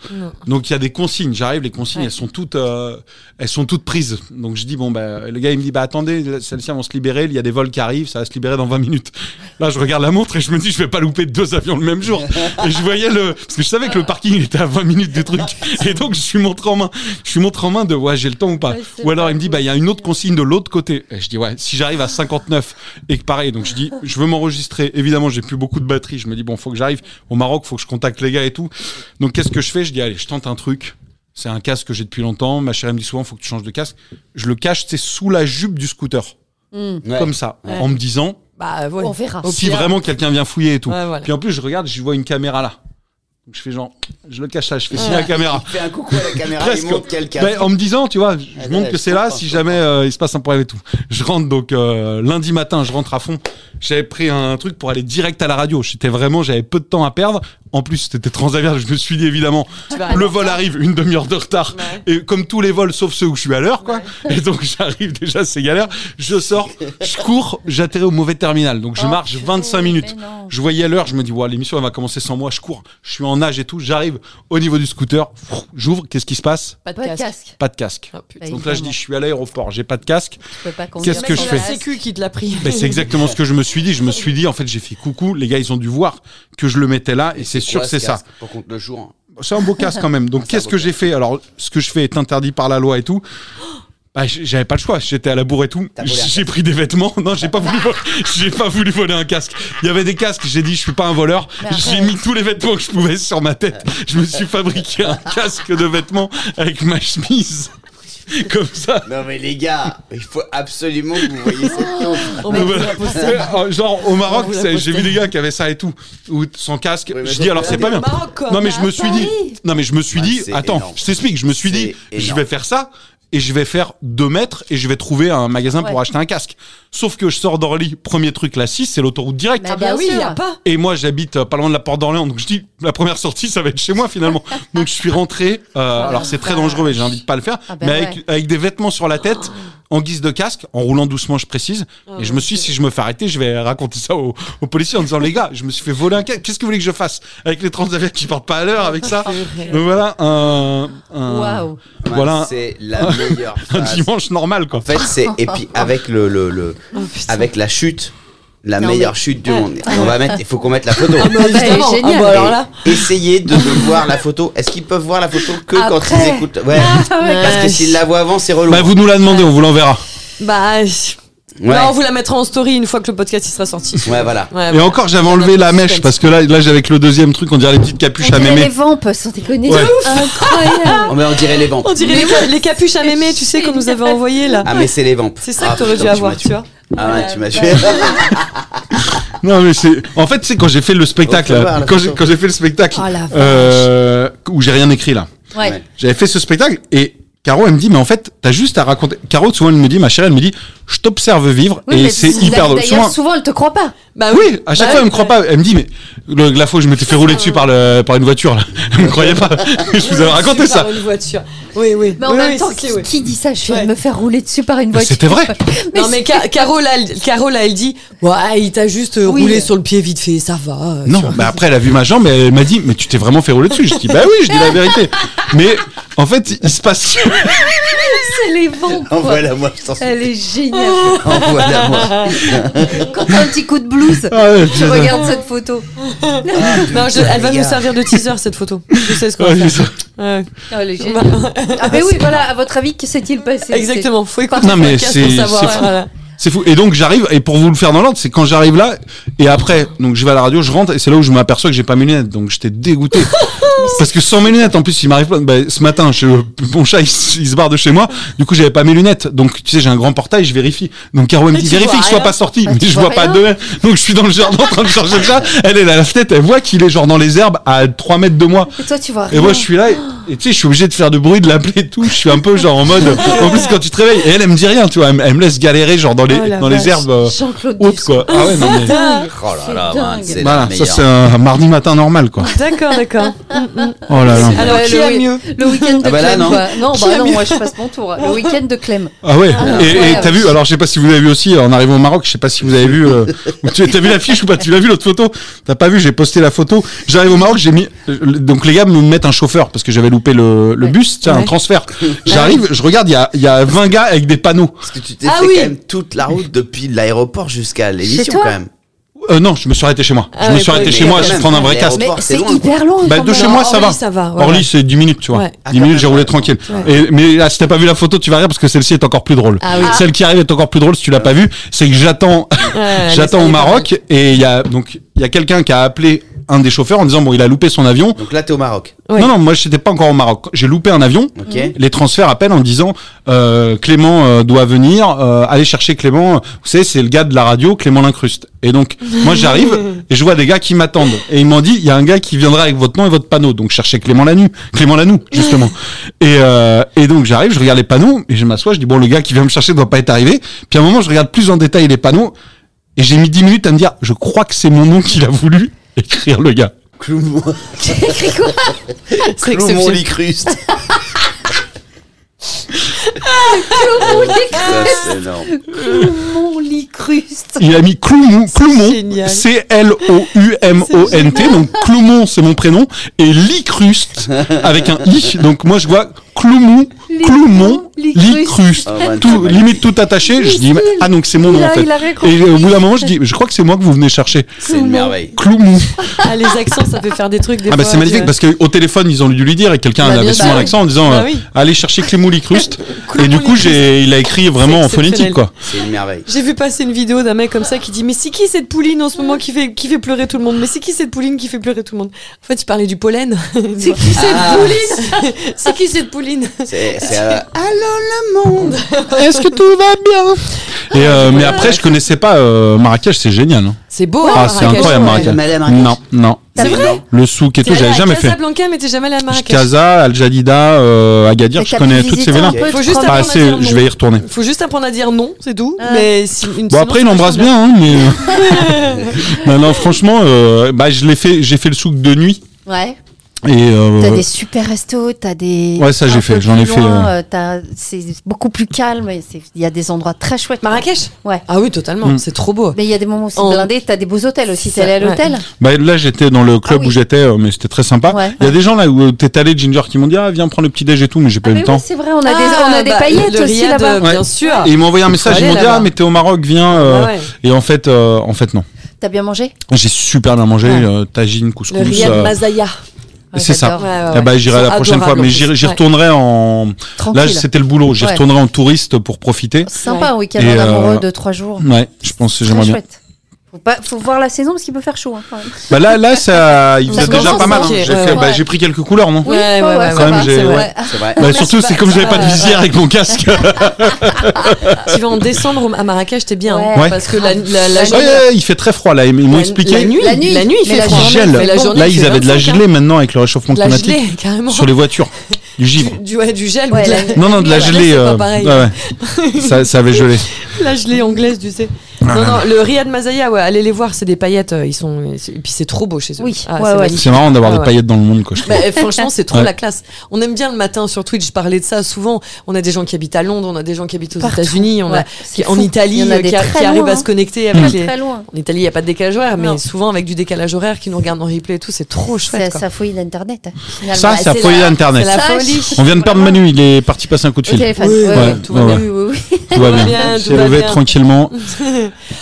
Donc il y a des consignes. J'arrive, les consignes, Ouais. elles sont toutes, euh, elles sont toutes prises. Donc je dis bon bah le gars il me dit bah attendez, celles-ci elles vont se libérer. Il y a des vols qui arrivent, ça va se libérer dans 20 minutes. Là je regarde la montre et je me dis je vais pas louper deux avions le même jour. Et je voyais le, le, parce que je savais que le parking il était à 20 minutes du truc. Et donc, je suis montré en main. Je suis montré en main de, ouais, j'ai le temps ou pas. Ouais, c'est Ou alors, pas il me dit, bah, il y a une autre consigne de l'autre côté. Et je dis, ouais, si j'arrive à 59 et que pareil, donc je dis, je veux m'enregistrer. Évidemment, j'ai plus beaucoup de batterie. Je me dis, bon, faut que j'arrive au Maroc, faut que je contacte les gars et tout. Donc, qu'est-ce que je fais? Je dis, allez, je tente un truc. C'est un casque que j'ai depuis longtemps. Ma chérie me dit souvent, faut que tu changes de casque. Je le cache, c'est sous la jupe du scooter. Hum. Ouais. Comme ça. En me disant, Bah, voilà. On verra. Au si pire, vraiment quelqu'un vient fouiller et tout. Ouais, voilà. Puis en plus, je regarde, je vois une caméra là. Donc je fais genre, je le cache là, je fais signer la caméra. Fais un coucou à la caméra, il Presque. montre quelqu'un. Ben, en me disant, tu vois, je Ouais, montre ouais, que je c'est là comprends, si Eh, je jamais euh, il se passe un problème et tout. Je rentre donc euh, lundi matin, je rentre à fond. J'avais pris un truc pour aller direct à la radio. J'étais vraiment, j'avais peu de temps à perdre. En plus, c'était transavia, je me suis dit évidemment, Tu vas le vol arrive une demi-heure de retard. Ouais. Et comme tous les vols, sauf ceux où je suis à l'heure, quoi. Et donc j'arrive déjà, c'est galère. Je sors, je cours, j'atterris au mauvais terminal. Donc je Oh, marche purée, 25 mais minutes. non. Je voyais l'heure, je me dis, ouais, l'émission elle va commencer sans moi. Je cours, je suis en nage et tout. J'arrive au niveau du scooter, j'ouvre, qu'est-ce qui se passe Pas de Pas de casque. casque. Pas de casque. Ah, putain. Bah, Donc là, je évidemment. dis, je suis à l'aéroport, j'ai pas de casque. Tu peux pas Qu'est-ce que je C'est fais la sécu qui te l'a pris. Ben, c'est exactement ce que je me suis dit. Je me suis dit, en fait, j'ai fait coucou. Les gars, ils ont dû voir que je le mettais là et c'est sûr que c'est ça. Pour contre le hein. jour. C'est un beau casque quand même. Donc, c'est un qu'est-ce beau que j'ai fait Alors, ce que je fais est interdit par la loi et tout. Bah, j- j'avais pas le choix, j'étais à la bourre et tout. T'as volé un J'ai pris des vêtements. Non, j'ai pas voulu, voler- j'ai pas voulu voler un casque. Il y avait des casques. J'ai dit, je suis pas un voleur. Mais arrête. J'ai mis tous les vêtements que je pouvais sur ma tête. Je me suis fabriqué un casque de vêtements avec ma chemise, comme ça. Non mais les gars, il faut absolument que vous voyez cette tente. On m'a dit, Voilà. la poster. Euh, Genre au Maroc, On vous l'a c'est- posté. j'ai vu des gars qui avaient ça et tout, ou t- sans casque. Oui, mais je ça, dis alors c'est c'est pas bien. au Maroc, quoi. non mais Bah, je me suis à dit, Paris. non mais je me suis Ouais, dit, c'est attends, énorme. je t'explique. Je me suis dit, C'est je énorme. vais faire ça et je vais faire 2 mètres et je vais trouver un magasin pour Ouais. acheter un casque. Sauf que je sors d'Orly, premier truc la 6, c'est l'autoroute directe. Bah, Ah, bah Bien oui, sûr. il n'y a pas. Et moi, j'habite euh, pas loin de la porte d'Orléans, donc je dis la première sortie, ça va être chez moi finalement. donc je suis rentré. euh, alors c'est très dangereux, et j'invite pas à le faire, Ah bah mais ouais. avec, avec des vêtements sur la tête, en guise de casque, en roulant doucement, je précise. Oh, et je me suis, dit, si je me fais arrêter, je vais raconter ça aux, aux policiers en disant les gars, je me suis fait voler un casque. Qu'est-ce que vous voulez que je fasse avec les transavia qui partent pas à l'heure, avec ça Donc voilà un, un- Waouh. voilà un- C'est la meilleure un phase. dimanche normal quoi. En fait, c'est et puis avec le, le, le- avec la chute, la Oh, Non, meilleure mais- chute du monde. On va mettre, il faut qu'on mette la photo. bah, Évidemment. génial. Ah, bah, alors là. Et Essayez de, de voir la photo. Est-ce qu'ils peuvent voir la photo que quand Après. ils écoutent Ouais. Parce que s'ils la voient avant, c'est relou. Bah vous nous la demandez, on vous l'enverra. Bah, je- ouais. bah, on vous la mettra en story une fois que le podcast il sera sorti. ouais, voilà. Ah Ouais, Et bah. encore, j'avais enlevé la mèche parce que là, là j'avais que le deuxième truc, on dirait les petites capuches à On dirait mémé. Les vampes, sans déconner. Ouais. Incroyable. Oh, mais on dirait les vampes. Ah. On dirait les, ca- les capuches à mémé, tu sais, qu'on nous avait envoyé là. Ah mais c'est les vampes. C'est ça Ah, que t'aurais putain, dû avoir, m'as tu tué. vois. Ah ouais, tu m'as tué. Non mais c'est en fait c'est quand j'ai fait le spectacle Au revoir, la quand j'ai photo. quand j'ai fait le spectacle Oh, la euh, où j'ai rien écrit là. Ouais. J'avais fait ce spectacle et Caro elle me dit mais en fait t'as juste à raconter. Caro souvent elle me dit ma chérie elle me dit je t'observe vivre Oui, et mais c'est d- hyper drôle. D'ailleurs, Souvent- souvent, elle te croit pas. Bah oui, à chaque Bah fois oui. elle me croit pas. Elle me dit mais le, la fois où je m'étais fait rouler dessus par le par une voiture là, elle me croyait pas. je vous avais raconté Par ça. Une voiture. Oui, oui. Mais en Oui, même oui, temps, c'est- qui, c'est- oui. qui dit ça Je viens Ouais. de me faire rouler dessus par une Mais voiture. c'était vrai. non mais Ca- Caro là, elle- Caro là, elle dit ouais il t'a juste euh, Oui. roulé sur le pied vite fait ça va euh, Non, mais après elle a vu ma jambe et elle m'a dit mais tu t'es vraiment fait rouler dessus. Je dis bah oui, je dis la vérité. Mais en fait il se passe. c'est les vampes. En voilà moi, je t'en Elle supplie. est géniale. En voilà moi. Quand t'as un petit coup de blouse, Ah ouais, je putain. regarde cette photo. non je- elle va nous servir de teaser cette photo je sais ce qu'on Ouais, va c'est faire ça. Ouais. Ah, elle est géniale. Ah, mais oui, voilà, à votre avis, que s'est-il passé exactement faut écouter Non, le mais podcast c'est- pour savoir, c'est fou. voilà. C'est fou. Et donc j'arrive, et pour vous le faire dans l'ordre, c'est quand j'arrive là, et après, donc je vais à la radio, je rentre, et c'est là où je m'aperçois que j'ai pas mes lunettes, donc j'étais dégoûté. Parce que sans mes lunettes, en plus, il m'arrive pas. bah, ce matin, je, mon chat, il, s- il se barre de chez moi. Du coup, j'avais pas mes lunettes. Donc, tu sais, j'ai un grand portail, je vérifie. Donc, Caro elle me Mais dit, tu vérifie vois qu'il soit rien. pas sorti. Bah, mais tu je vois vois pas rien. de même. Donc, je suis dans le jardin en train de chercher le chat. Elle, elle a la fenêtre, elle voit qu'il est genre dans les herbes à 3 mètres de moi. Et toi, tu vois Et rien. moi, je suis là, et et tu sais, je suis obligé de faire du bruit, de l'appeler et tout. Je suis un peu genre en mode. En plus, quand tu te réveilles, et elle, elle me dit rien, tu vois. Elle, me- elle me laisse galérer, genre dans les, Oh la dans les vache. herbes euh, Jean-Claude hautes, Dussopt. quoi. Ah ouais, non, mais. Dingue. Oh là C'est là, dingue. man, c'est la Voilà, ça, meilleure. c'est un mardi matin normal, quoi. d'accord d'accord Oh là là. alors Ouais, qui le- a mieux Le week-end de Ah bah là, Clem, non. quoi. Non, Qui bah a non, mieux moi, je passe mon tour. Le week-end de Clem. Ah ouais. et et ouais, t'as vu, alors je sais pas si vous l'avez vu aussi, en arrivant au Maroc, je sais pas si vous avez vu, euh, ou tu t'as vu l'affiche ou pas, tu l'as vu l'autre photo? T'as pas vu, j'ai posté la photo. J'arrive au Maroc, j'ai mis, euh, donc les gars me mettent un chauffeur parce que j'avais loupé le, le bus, tiens, un Ouais. transfert. J'arrive, je regarde, il y a, il y a 20 gars avec des panneaux. Parce que tu t'es Ah fait oui. quand même toute la route depuis l'aéroport jusqu'à l'émission toi quand même. Ouais, Euh, non, je me suis arrêté chez moi. Ah je me ouais, suis arrêté oui, chez mais moi, quand je même, vais prendre un vrai les casque. Mais Sport, c'est c'est loin, hyper long. Bah, quand de même. chez moi, ça va. Orly, ça va. Ah, ouais, Orly, ouais. c'est 10 minutes, tu vois. Ouais. 10 minutes, j'ai roulé tranquille. Et, mais là, si t'as pas vu la photo, tu vas rire parce que celle-ci est encore plus drôle. Ah oui. Celle qui arrive est encore plus drôle si tu l'as pas vue. C'est que j'attends, Ouais, j'attends elle au est pas Maroc et il y a, donc, il y a quelqu'un qui a appelé un des chauffeurs en disant, bon, il a loupé son avion. Donc là, t'es au Maroc. Ouais. Non, non, moi, j'étais pas encore au Maroc. J'ai loupé un avion. Ok. Les transferts appellent en disant euh, Clément euh, doit venir, euh, allez chercher Clément. Vous savez, c'est le gars de la radio, Clément l'incruste. Et donc, moi j'arrive et je vois des gars qui m'attendent. Et ils m'ont dit, il y a un gars qui viendra avec votre nom et votre panneau. Donc cherchez Clément Lanu, Clément Lanou, justement. et, euh, et donc j'arrive, je regarde les panneaux et je m'assois, je dis, bon, le gars qui vient me chercher doit pas être arrivé. Puis à un moment, je regarde plus en détail les panneaux et j'ai mis 10 minutes à me dire, je crois que c'est mon nom qu'il a voulu écrire le gars. Clou-moi. Écris quoi C'est Clou-moi exceptionnel. l'icruste. Ah, Ça, c'est énorme. Mon lit cruste. Il a mis Cloumon, Cloumon, génial. C-L-O-U-M-O-N-T, donc Cloumon c'est mon prénom, et Licruste avec un I, donc moi je vois Cloumon, Cloumon, Licruste. Licruste, Oh, man, c'est tout, magnifique. limite tout attaché, je dis, mais- ah donc c'est mon nom Il a- en fait. il a rien compris. Et au bout d'un moment je dis, je crois que c'est moi que vous venez chercher. C'est une merveille. Cloumon. Ah, les accents, ça peut faire des trucs. Des Ah bah fois, euh, c'est magnifique tu- parce qu'au téléphone ils ont dû lui dire et quelqu'un Bah, bien avait sûr. souvent l'accent en disant Bah euh, oui. allez chercher Clémon Licruste et Cloumon du coup Licruste. j'ai il a écrit vraiment en phonétique exceptionnel. quoi. C'est une merveille. J'ai vu passer une vidéo d'un mec comme ça qui dit Mais c'est qui cette pouline en ce moment qui fait, qui fait pleurer tout le monde Mais c'est qui cette pouline qui fait pleurer tout le monde En fait, tu parlais du pollen. C'est qui cette pouline C'est qui cette pouline C'est c'est, euh, Allô le monde Est-ce que tout va bien Et euh, mais après je connaissais pas euh, Marrakech, c'est génial. hein. C'est beau, hein, Ah, c'est Marrakech. incroyable, Ouais. Marrakech. Jamais allé à Marrakech Non, non. C'est vrai Le souk et T'es tout, allé j'avais à jamais fait. Casablanca, mais t'es jamais allé à Marrakech. Casa, Al Jadida, euh, Agadir, Mais je t'as connais pu toutes ces visiter un villas. peu, Faut tu juste prends- apprendre Pas à assez, dire je non. vais y retourner. Faut juste apprendre à dire non, c'est tout. Ah. Mais si- une- Bon sinon, après ça il te embrasse ressemble bien, hein, mais euh, non non franchement, euh, bah je l'ai fait, j'ai fait le souk de nuit Ouais. et euh, T'as des super restos, t'as des. Ouais, ça, un j'ai peu fait, j'en ai plus fait, loin, euh, t'as- C'est beaucoup plus calme. et c'est- Il y a des endroits très chouettes. Marrakech Ouais. Ah oui, totalement, Mm. c'est trop beau. Mais il y a des moments où c'est En- blindé. T'as des beaux hôtels aussi. T'es Ça, allé à ouais. l'hôtel bah là j'étais dans le club Ah oui. où j'étais, euh, mais c'était très sympa. Il Ouais. y a des gens là où euh, t'es allé Ginger qui m'ont dit ah viens prendre le petit déj et tout, mais j'ai Ah, pas eu mais le oui, temps. c'est vrai. On a des, Ah, on a des bah, paillettes le aussi Riyad, là-bas. euh, Bien Ouais. sûr. Et ils m'ont envoyé un message, Faut ils m'ont aller dit ah là-bas. Ah mais t'es au Maroc, viens. euh, Ouais, ouais. Et en fait euh, en fait non, T'as bien mangé j'ai super bien mangé, Ouais. euh, tagine, couscous. Le Riyad euh, Mazaya. Ouais, C'est ça. j'adore. Ouais, ouais, Ah bah, ouais. j'irai Ils la sont prochaine fois, adorables, mais en j'y plus. j'y Ouais. retournerai en. Là, Tranquille. c'était le boulot. J'y Ouais. retournerai en touriste pour profiter. Sympa un week-end Et, en euh, amoureux de trois jours. Ouais, je pense que Très j'aimerais bien. chouette. Faut, pas, faut voir la saison parce qu'il peut faire chaud. hein, quand même. Bah là, là, ça, il Ça faisait déjà commence, pas mal. hein. hein. Ok, J'ai ouais, fait- ouais. bah, j'ai pris quelques couleurs, non Ouais, ouais, ouais, ouais, ça Quand même, va, j'ai- c'est vrai. ouais. C'est vrai. Bah, mais surtout, c'est pas- c'est comme j'avais ça pas de va. visière avec mon casque. Bah, Tu vas en décembre à Marrakech, t'es bien. hein, Ouais. Ouais. Parce que la, la, la Ouais, journée- ouais, il fait très froid là. Ils m'ont la- expliqué. La nuit, La nuit, la nuit, il mais fait la froid. journée, gèle. Mais la journée, Là, il ils fait avaient de la 25, hein. gelée maintenant avec le réchauffement De La climatique gelée, carrément. sur les voitures, du givre. Du, ouais, du gel. Ouais, ou de la- la... Non, non, de la Ouais, gelée. c'est pas euh, pareil. ouais, ouais. ça, ça avait gelé. La gelée anglaise, tu sais. Non, non, le Riyad Mazaya, ouais, allez les voir, c'est des paillettes. euh, Ils sont... Et puis c'est trop beau chez eux. Oui, Ah, ouais, c'est ouais. magnifique. C'est marrant d'avoir Ah, des ouais. paillettes dans le monde, quoi. je trouve. Bah, euh, franchement, c'est trop Ouais. la classe. On aime bien le matin sur Twitch, je parlais de ça souvent. On a des gens qui habitent à Londres, on a des gens qui habitent aux Partout. États-Unis, on a Ouais, qui, c'est en fou. Italie Il y en a euh, des qui, a- très qui loin, arrivent à hein. se connecter avec les. Très loin. En Italie, il n'y a pas de décalage horaire, mais Non. souvent avec du décalage horaire qui nous regardent en replay et tout, c'est trop C'est chouette. quoi. sa folie d'Internet. finalement. Ça, Bah, c'est la c'est folie d'Internet. c'est la Ça, folie. c'est- On vient de perdre Voilà. Manu, il est parti passer un coup de Au fil. téléphone. Oui, ouais, ouais, ouais. tout va ouais, bien. Oui, oui, oui. Tout va bien. bien, Il tout s'est va levé bien. tranquillement.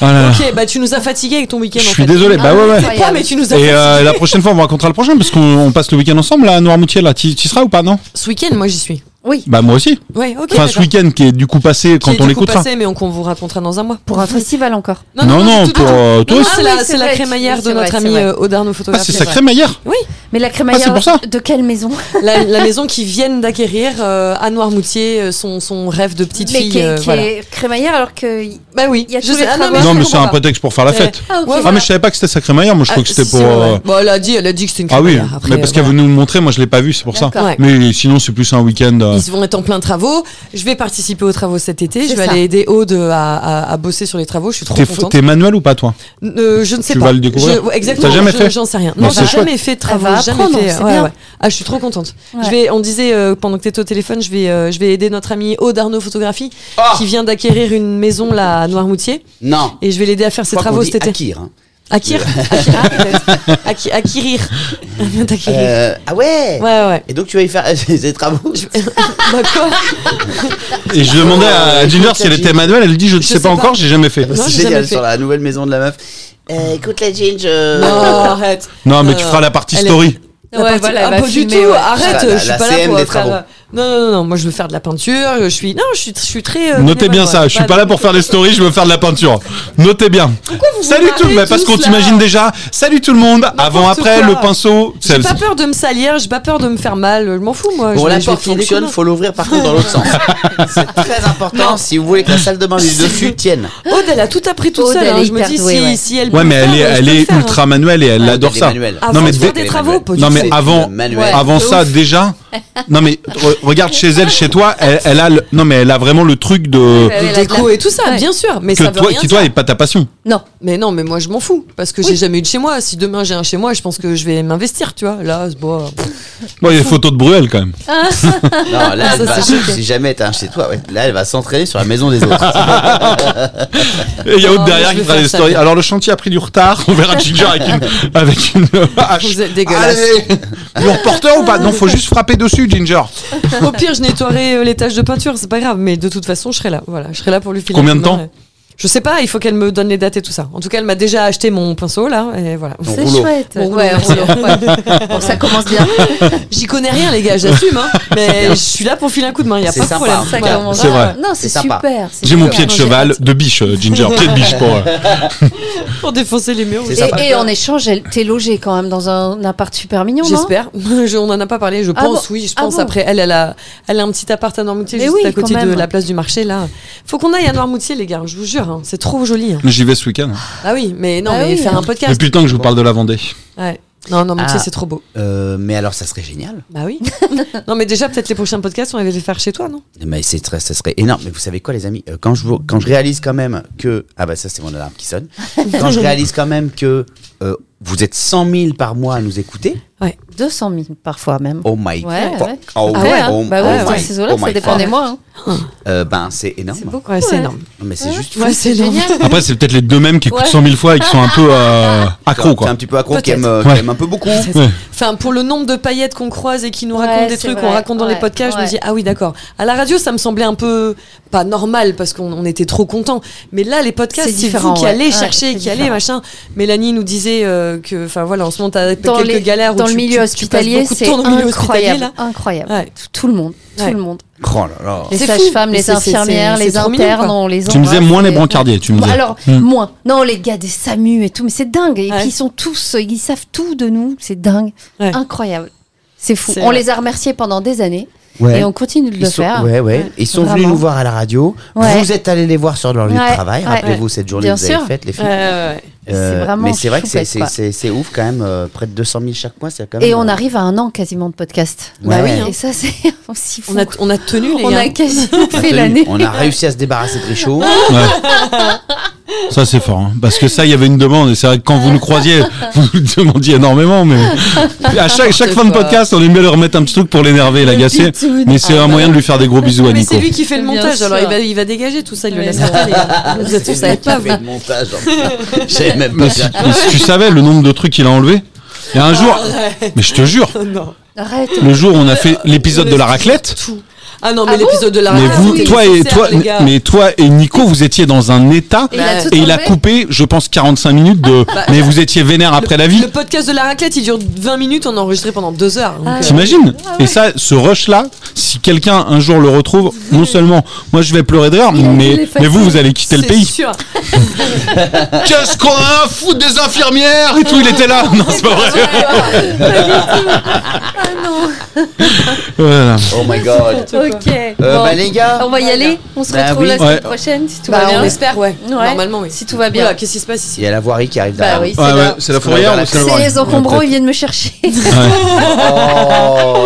Ah là là. Ok, bah tu nous as fatigués avec ton week-end. Je en suis fait. désolé, bah Ah, ouais, ouais. incroyable. Pas, mais tu nous as Et fatigués. euh, la prochaine fois, on racontera le prochain parce qu'on on passe le week-end ensemble là, à Noirmoutier. Là, tu tu seras ou pas non Ce week-end, moi j'y suis. Oui. Bah moi aussi. Ouais, ok. Enfin, ce d'accord. week-end qui est du coup passé Qui est quand on du coup l'écoutera. passé, mais on- qu'on vous racontera dans un mois. Pour un festival encore. Non, non, tout- pour, tout- euh, non, toi non, aussi. c'est Ah la, oui, c'est c'est la vrai, crémaillère c'est de notre vrai, ami c'est vrai. euh, Odarno Ah, Photographe. c'est sacré Maillard. Oui, Mais la crémaillère Ah, c'est pour ça de quelle maison la, la maison qui viennent d'acquérir euh, à Noirmoutier euh, son, son rêve de petite Mais fille. qui est, euh, qui voilà. est crémaillère alors que. Bah oui, il y a je tous sais- les ah, non, mais travaux. je Non, mais c'est comprends un pas. prétexte pour faire la Ouais. fête. Ah, ok. Ouais, Ah, voilà. mais je savais pas que c'était sacré Maillard. Moi, je Ah, crois que c'était si, pour. si, ouais, euh, ouais. Bon, elle a dit, elle a dit que c'était une Ah oui, crémaillère. Après, mais parce euh, qu'elle voilà. venait nous le montrer, moi je l'ai pas vu, c'est pour ça. D'accord. Ouais. Mais sinon, c'est plus un week-end. euh, Ils vont être en plein travaux. Je vais participer aux travaux cet été. Je C'est vais ça. aller aider Aude à, à- à bosser sur les travaux. Je suis trop T'es contente. t'es manuel ou pas, toi Euh, je ne sais Tu pas. vas le découvrir. Je- ouais, exactement. T'as jamais je- fait J'en sais rien. Bah, Non, c'est j'ai chouette. jamais fait de Elle travaux. va Jamais apprendre, fait. c'est ouais, bien. ouais. Ah, je suis trop contente. Je Ouais. vais. On disait euh, pendant que t'étais au téléphone, je vais, euh, je vais aider notre ami Aude Arnaud Photographie Ah qui vient d'acquérir une maison là à Noirmoutier Non. et je vais l'aider à faire ses Je crois qu'on travaux dit cet été. Akir, hein. Acquérir. Acquérir. Ah, peut-être. Acqui- Acquérir. Elle vient d'acquérir. Euh, ah ouais. Ouais ouais. Et donc tu vas y faire des travaux. Bah quoi Et je demandais à Ginger si elle était manuel, elle dit je ne sais sais pas pas. encore, j'ai jamais fait. Non, j'ai C'est génial jamais fait. sur la nouvelle maison de la meuf. Euh, écoute la Ginge. euh, Non, arrête. Non, mais tu euh, feras la partie story. La Ouais, partie- voilà, ah, elle va pas du tout, filmer, ouais. arrête, La- la- je suis la pas CM là pour des faire. euh, travaux. Non, non, non, non, moi je veux faire de la peinture, je suis. Non, je suis, je suis très. euh, bénévole, Notez bien moi, ça, je suis pas là pour faire des stories, je veux faire de la peinture. Notez bien. Salut tout le marrez monde, parce tous, qu'on là t'imagine déjà. Salut tout le monde, avant, après, quoi. le pinceau. J'ai c'est- pas peur de me salir, j'ai pas peur de me faire mal, je m'en fous moi. Bon, je, je la vais porte filer des fonctionne, coups faut l'ouvrir par contre dans l'autre sens. C'est très important si vous voulez que la salle de bain du dessus tienne. de main. Aude, elle a tout appris toute Aude, seule, elle hein, est je me hyper dis douée, si, ouais. si elle peut Ouais, mais le elle est, faire, je elle peux le est faire, hein. ultra manuelle et elle adore Ah, des ça. manuels. Avant Non, mais de faire dès- des travaux, pas du Non, tout. mais C'est avant, du manuel. avant ça, déjà. Non, mais re- regarde chez elle, chez toi, elle, elle a le- non, mais elle a vraiment le truc de. Ouais, ouais, la- déco la- et tout ça, Ouais. bien sûr, mais Que ça veut toi, rien qui dire. toi est pas ta passion. Non, Mais non, mais moi je m'en fous parce que j'ai jamais eu de chez moi. Si demain j'ai un chez moi, je pense que je vais m'investir, tu vois. Là, c'est bon. Bon, il y a des photos de Bruel quand même. Non, Ah, là, elle Ça, va- c'est choqué. si jamais t'as un chez toi, ouais, là, elle va s'entraîner sur la maison des autres. Et il y a Non, autre mais derrière je qui vais fera des faire ça, stories. bien. Alors le chantier a pris du retard. On verra Ginger avec une, avec une hache. Vous êtes dégueulasse. Allez Le reporter ou pas Non, faut juste frapper dessus, Ginger. Au pire, je nettoierai euh, les taches de peinture, c'est pas grave. Mais de toute façon, je serai là. Voilà, je serai là pour lui filer. Combien un de coup main, temps euh. Je sais pas. Il faut qu'elle me donne les dates et tout ça. En tout cas, elle m'a déjà até mon pinceau là. Et voilà. Ton c'est rouleau. chouette. Bon, ouais, rouleau, rouleau, ouais. Bon, ça commence bien. J'y connais rien, les gars. J'assume. hein. Mais je suis là pour filer un coup de main. Il y a C'est pas de sympa, problème. en tout Ça cas. commence C'est bien. vrai. Non, c'est C'est sympa. super. c'est J'ai mon super. pied de Non, j'ai cheval hâte. de biche, euh, Ginger. Pied de biche pour. euh, Pour défoncer les murs. C'est aussi. sympa. Et, et en échange, elle- t'es logée quand même dans un appart super mignon, non J'espère. Je- on en a pas parlé, je Ah pense, bon oui, je Ah pense. bon Après, elle, elle a, elle a un petit appart à Noirmoutier, Mais juste oui, à côté quand de même. la place du marché, là. Faut qu'on aille à Noirmoutier, les gars, je vous jure, hein, c'est trop joli. hein. J'y vais ce week-end. Ah oui, mais non, Ah mais oui. faire un Mais podcast. putain que je vous parle de la Vendée. Ouais. Non, Noirmoutier, Ah. c'est trop beau. Euh, mais alors, ça serait génial. Bah oui. non, mais déjà, peut-être les prochains podcasts, on va les faire chez toi, non Mais c'est très, ça serait énorme. Mais vous savez quoi, les amis Euh, Quand je vous- quand je réalise quand même que ah bah ça c'est mon alarme qui sonne. Quand je réalise quand même que euh, vous êtes 100 000 par mois à nous écouter. 200 000 parfois même. Oh my Ouais, god. ouais. Oh, Ah ouais, hein. oh, bah oh ouais, my- dans ces eaux-là, oh ça my dépend god. des mois. hein. Euh, ben c'est énorme. C'est beaucoup. Ouais, c'est ouais. énorme. Non, mais c'est juste. Ouais, c'est énorme. Génial. Après, c'est peut-être les deux mêmes qui écoutent Ouais. 100 000 fois et qui sont un peu euh, accros, C'est un quoi. petit peu accro qui Peut-être. aime, euh, qui Ouais. aime un peu beaucoup. Enfin, pour le nombre de paillettes qu'on croise et qui nous Ouais, racontent des c'est trucs qu'on vrai, raconte dans les ouais, podcasts, je me ouais. dis ah oui d'accord. À la radio, ça me semblait un peu pas normal parce qu'on on était trop contents. Mais là, les podcasts, C'est c'est vous différent, qui ouais. allez Ouais, chercher, c'est qui allez différent. machin. Mélanie nous disait euh, que enfin voilà, en ce moment t'as Dans, quelques les- galères où dans le tu- milieu tu- tu passes hospitalier, beaucoup de c'est temps dans le milieu hospitalier, incroyable. là. Incroyable. Ouais. Tout, tout le monde. Ouais. Tout le monde. Oh là là. Les C'est fou. sages-femmes, Mais les c'est- c'est- infirmières, c'est- c'est les trop mignon, internes, quoi. on les Tu me disais embrasse, moins les mais- brancardiers, tu me disais. Alors, Hmm. moins. Non, les gars des SAMU et tout, mais c'est dingue. Et Ouais. puis ils sont tous, ils savent tout de nous. C'est dingue. Ouais. Incroyable. C'est fou. C'est On vrai. les a remerciés pendant des années. Ouais. Et on continue de Ils le sont, faire. ouais, ouais. Ils sont venus Vraiment. nous voir à la radio. Ouais. Vous êtes allés les voir sur leur lieu Ouais, de travail. ouais. Rappelez-vous cette journée Bien que vous avez sûr. faite, les filles. Ouais, ouais, ouais. Euh, C'est vraiment mais c'est vrai que c'est- chouette, c'est quoi. c'est- c'est ouf quand même. euh, près de 200 000 chaque mois, c'est quand même. Et on euh, arrive à un an quasiment de podcast. Bah oui, hein. Et ça, c'est aussi fou. On a hein. on a tenu les On gars. a quasiment on a fait tenu- l'année. On a réussi à se débarrasser de Richaud. Ah, Ouais. Ça, c'est fort. hein. Parce que ça, il y avait une demande. Et c'est vrai que quand vous nous croisiez, vous nous demandiez énormément. Mais à chaque, chaque fin de podcast, on aime bien leur mettre un petit truc pour l'énerver, l'agacer. Pitoune. Mais c'est Ah un bah. moyen de lui faire des gros bisous à Mais Nico. c'est lui qui fait le Bien montage, sûr. alors il va, il va dégager tout ça, il le Ouais. laissera pas, les gars. Vous êtes- vous savez pas, vous. fait le montage. en- J'avais même pas Mais si- mais si tu savais le nombre de trucs qu'il a enlevé Et un jour, mais je te jure, Arrête. le jour où on a fait l'épisode de la raclette, Tout. Ah non, mais l'épisode de la mais raclette, vous, c'était toi et nécessaire, toi, les gars. mais toi et Nico, vous étiez dans un état Et il a tout Bah, et il a enlevé. coupé, je pense, 45 minutes de. Mais vous étiez vénère après la vie. Ah, bah, Le podcast de la raclette, il dure 20 minutes, on a enregistré pendant 2 heures. Ah. donc, euh, T'imagines Et ça, ce rush-là, si quelqu'un un jour le retrouve, non seulement moi je vais pleurer de rire, mais, mais vous, vous allez quitter le c'est pays. sûr. Qu'est-ce qu'on a à foutre des infirmières Et tout, il était là Non, c'est pas vrai Ah, Voilà. Oh my god. Ok. Euh, Bon. bah les gars. On va y aller. On se Bah retrouve oui. la semaine Ouais. prochaine si tout Bah, va bien. on espère, ouais. Ouais. Normalement, oui. Si tout va Oula, bien. qu'est-ce qui se passe ici Il y a la voirie qui arrive Bah derrière. oui, c'est Ah Ouais, là. ouais, c'est la fourrière ou c'est la C'est voirie les encombrants, ils viennent me chercher. Oh,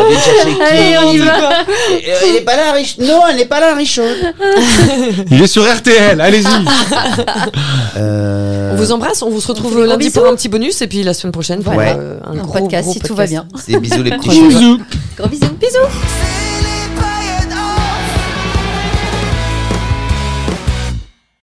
viens chercher qui Allez, on y va. Euh, Il est pas là, Rich. Non, il n'est pas là, Richaud. Il est sur RTL, allez-y Ah, Euh, On vous embrasse, on vous se fait retrouve des gros lundi pour bisous. un petit bonus et puis la semaine prochaine, Ouais. voilà, euh, un Un gros, podcast gros si tout va bien. c'est bisous les petits. Bisous Gros bisous. Bisous. C'est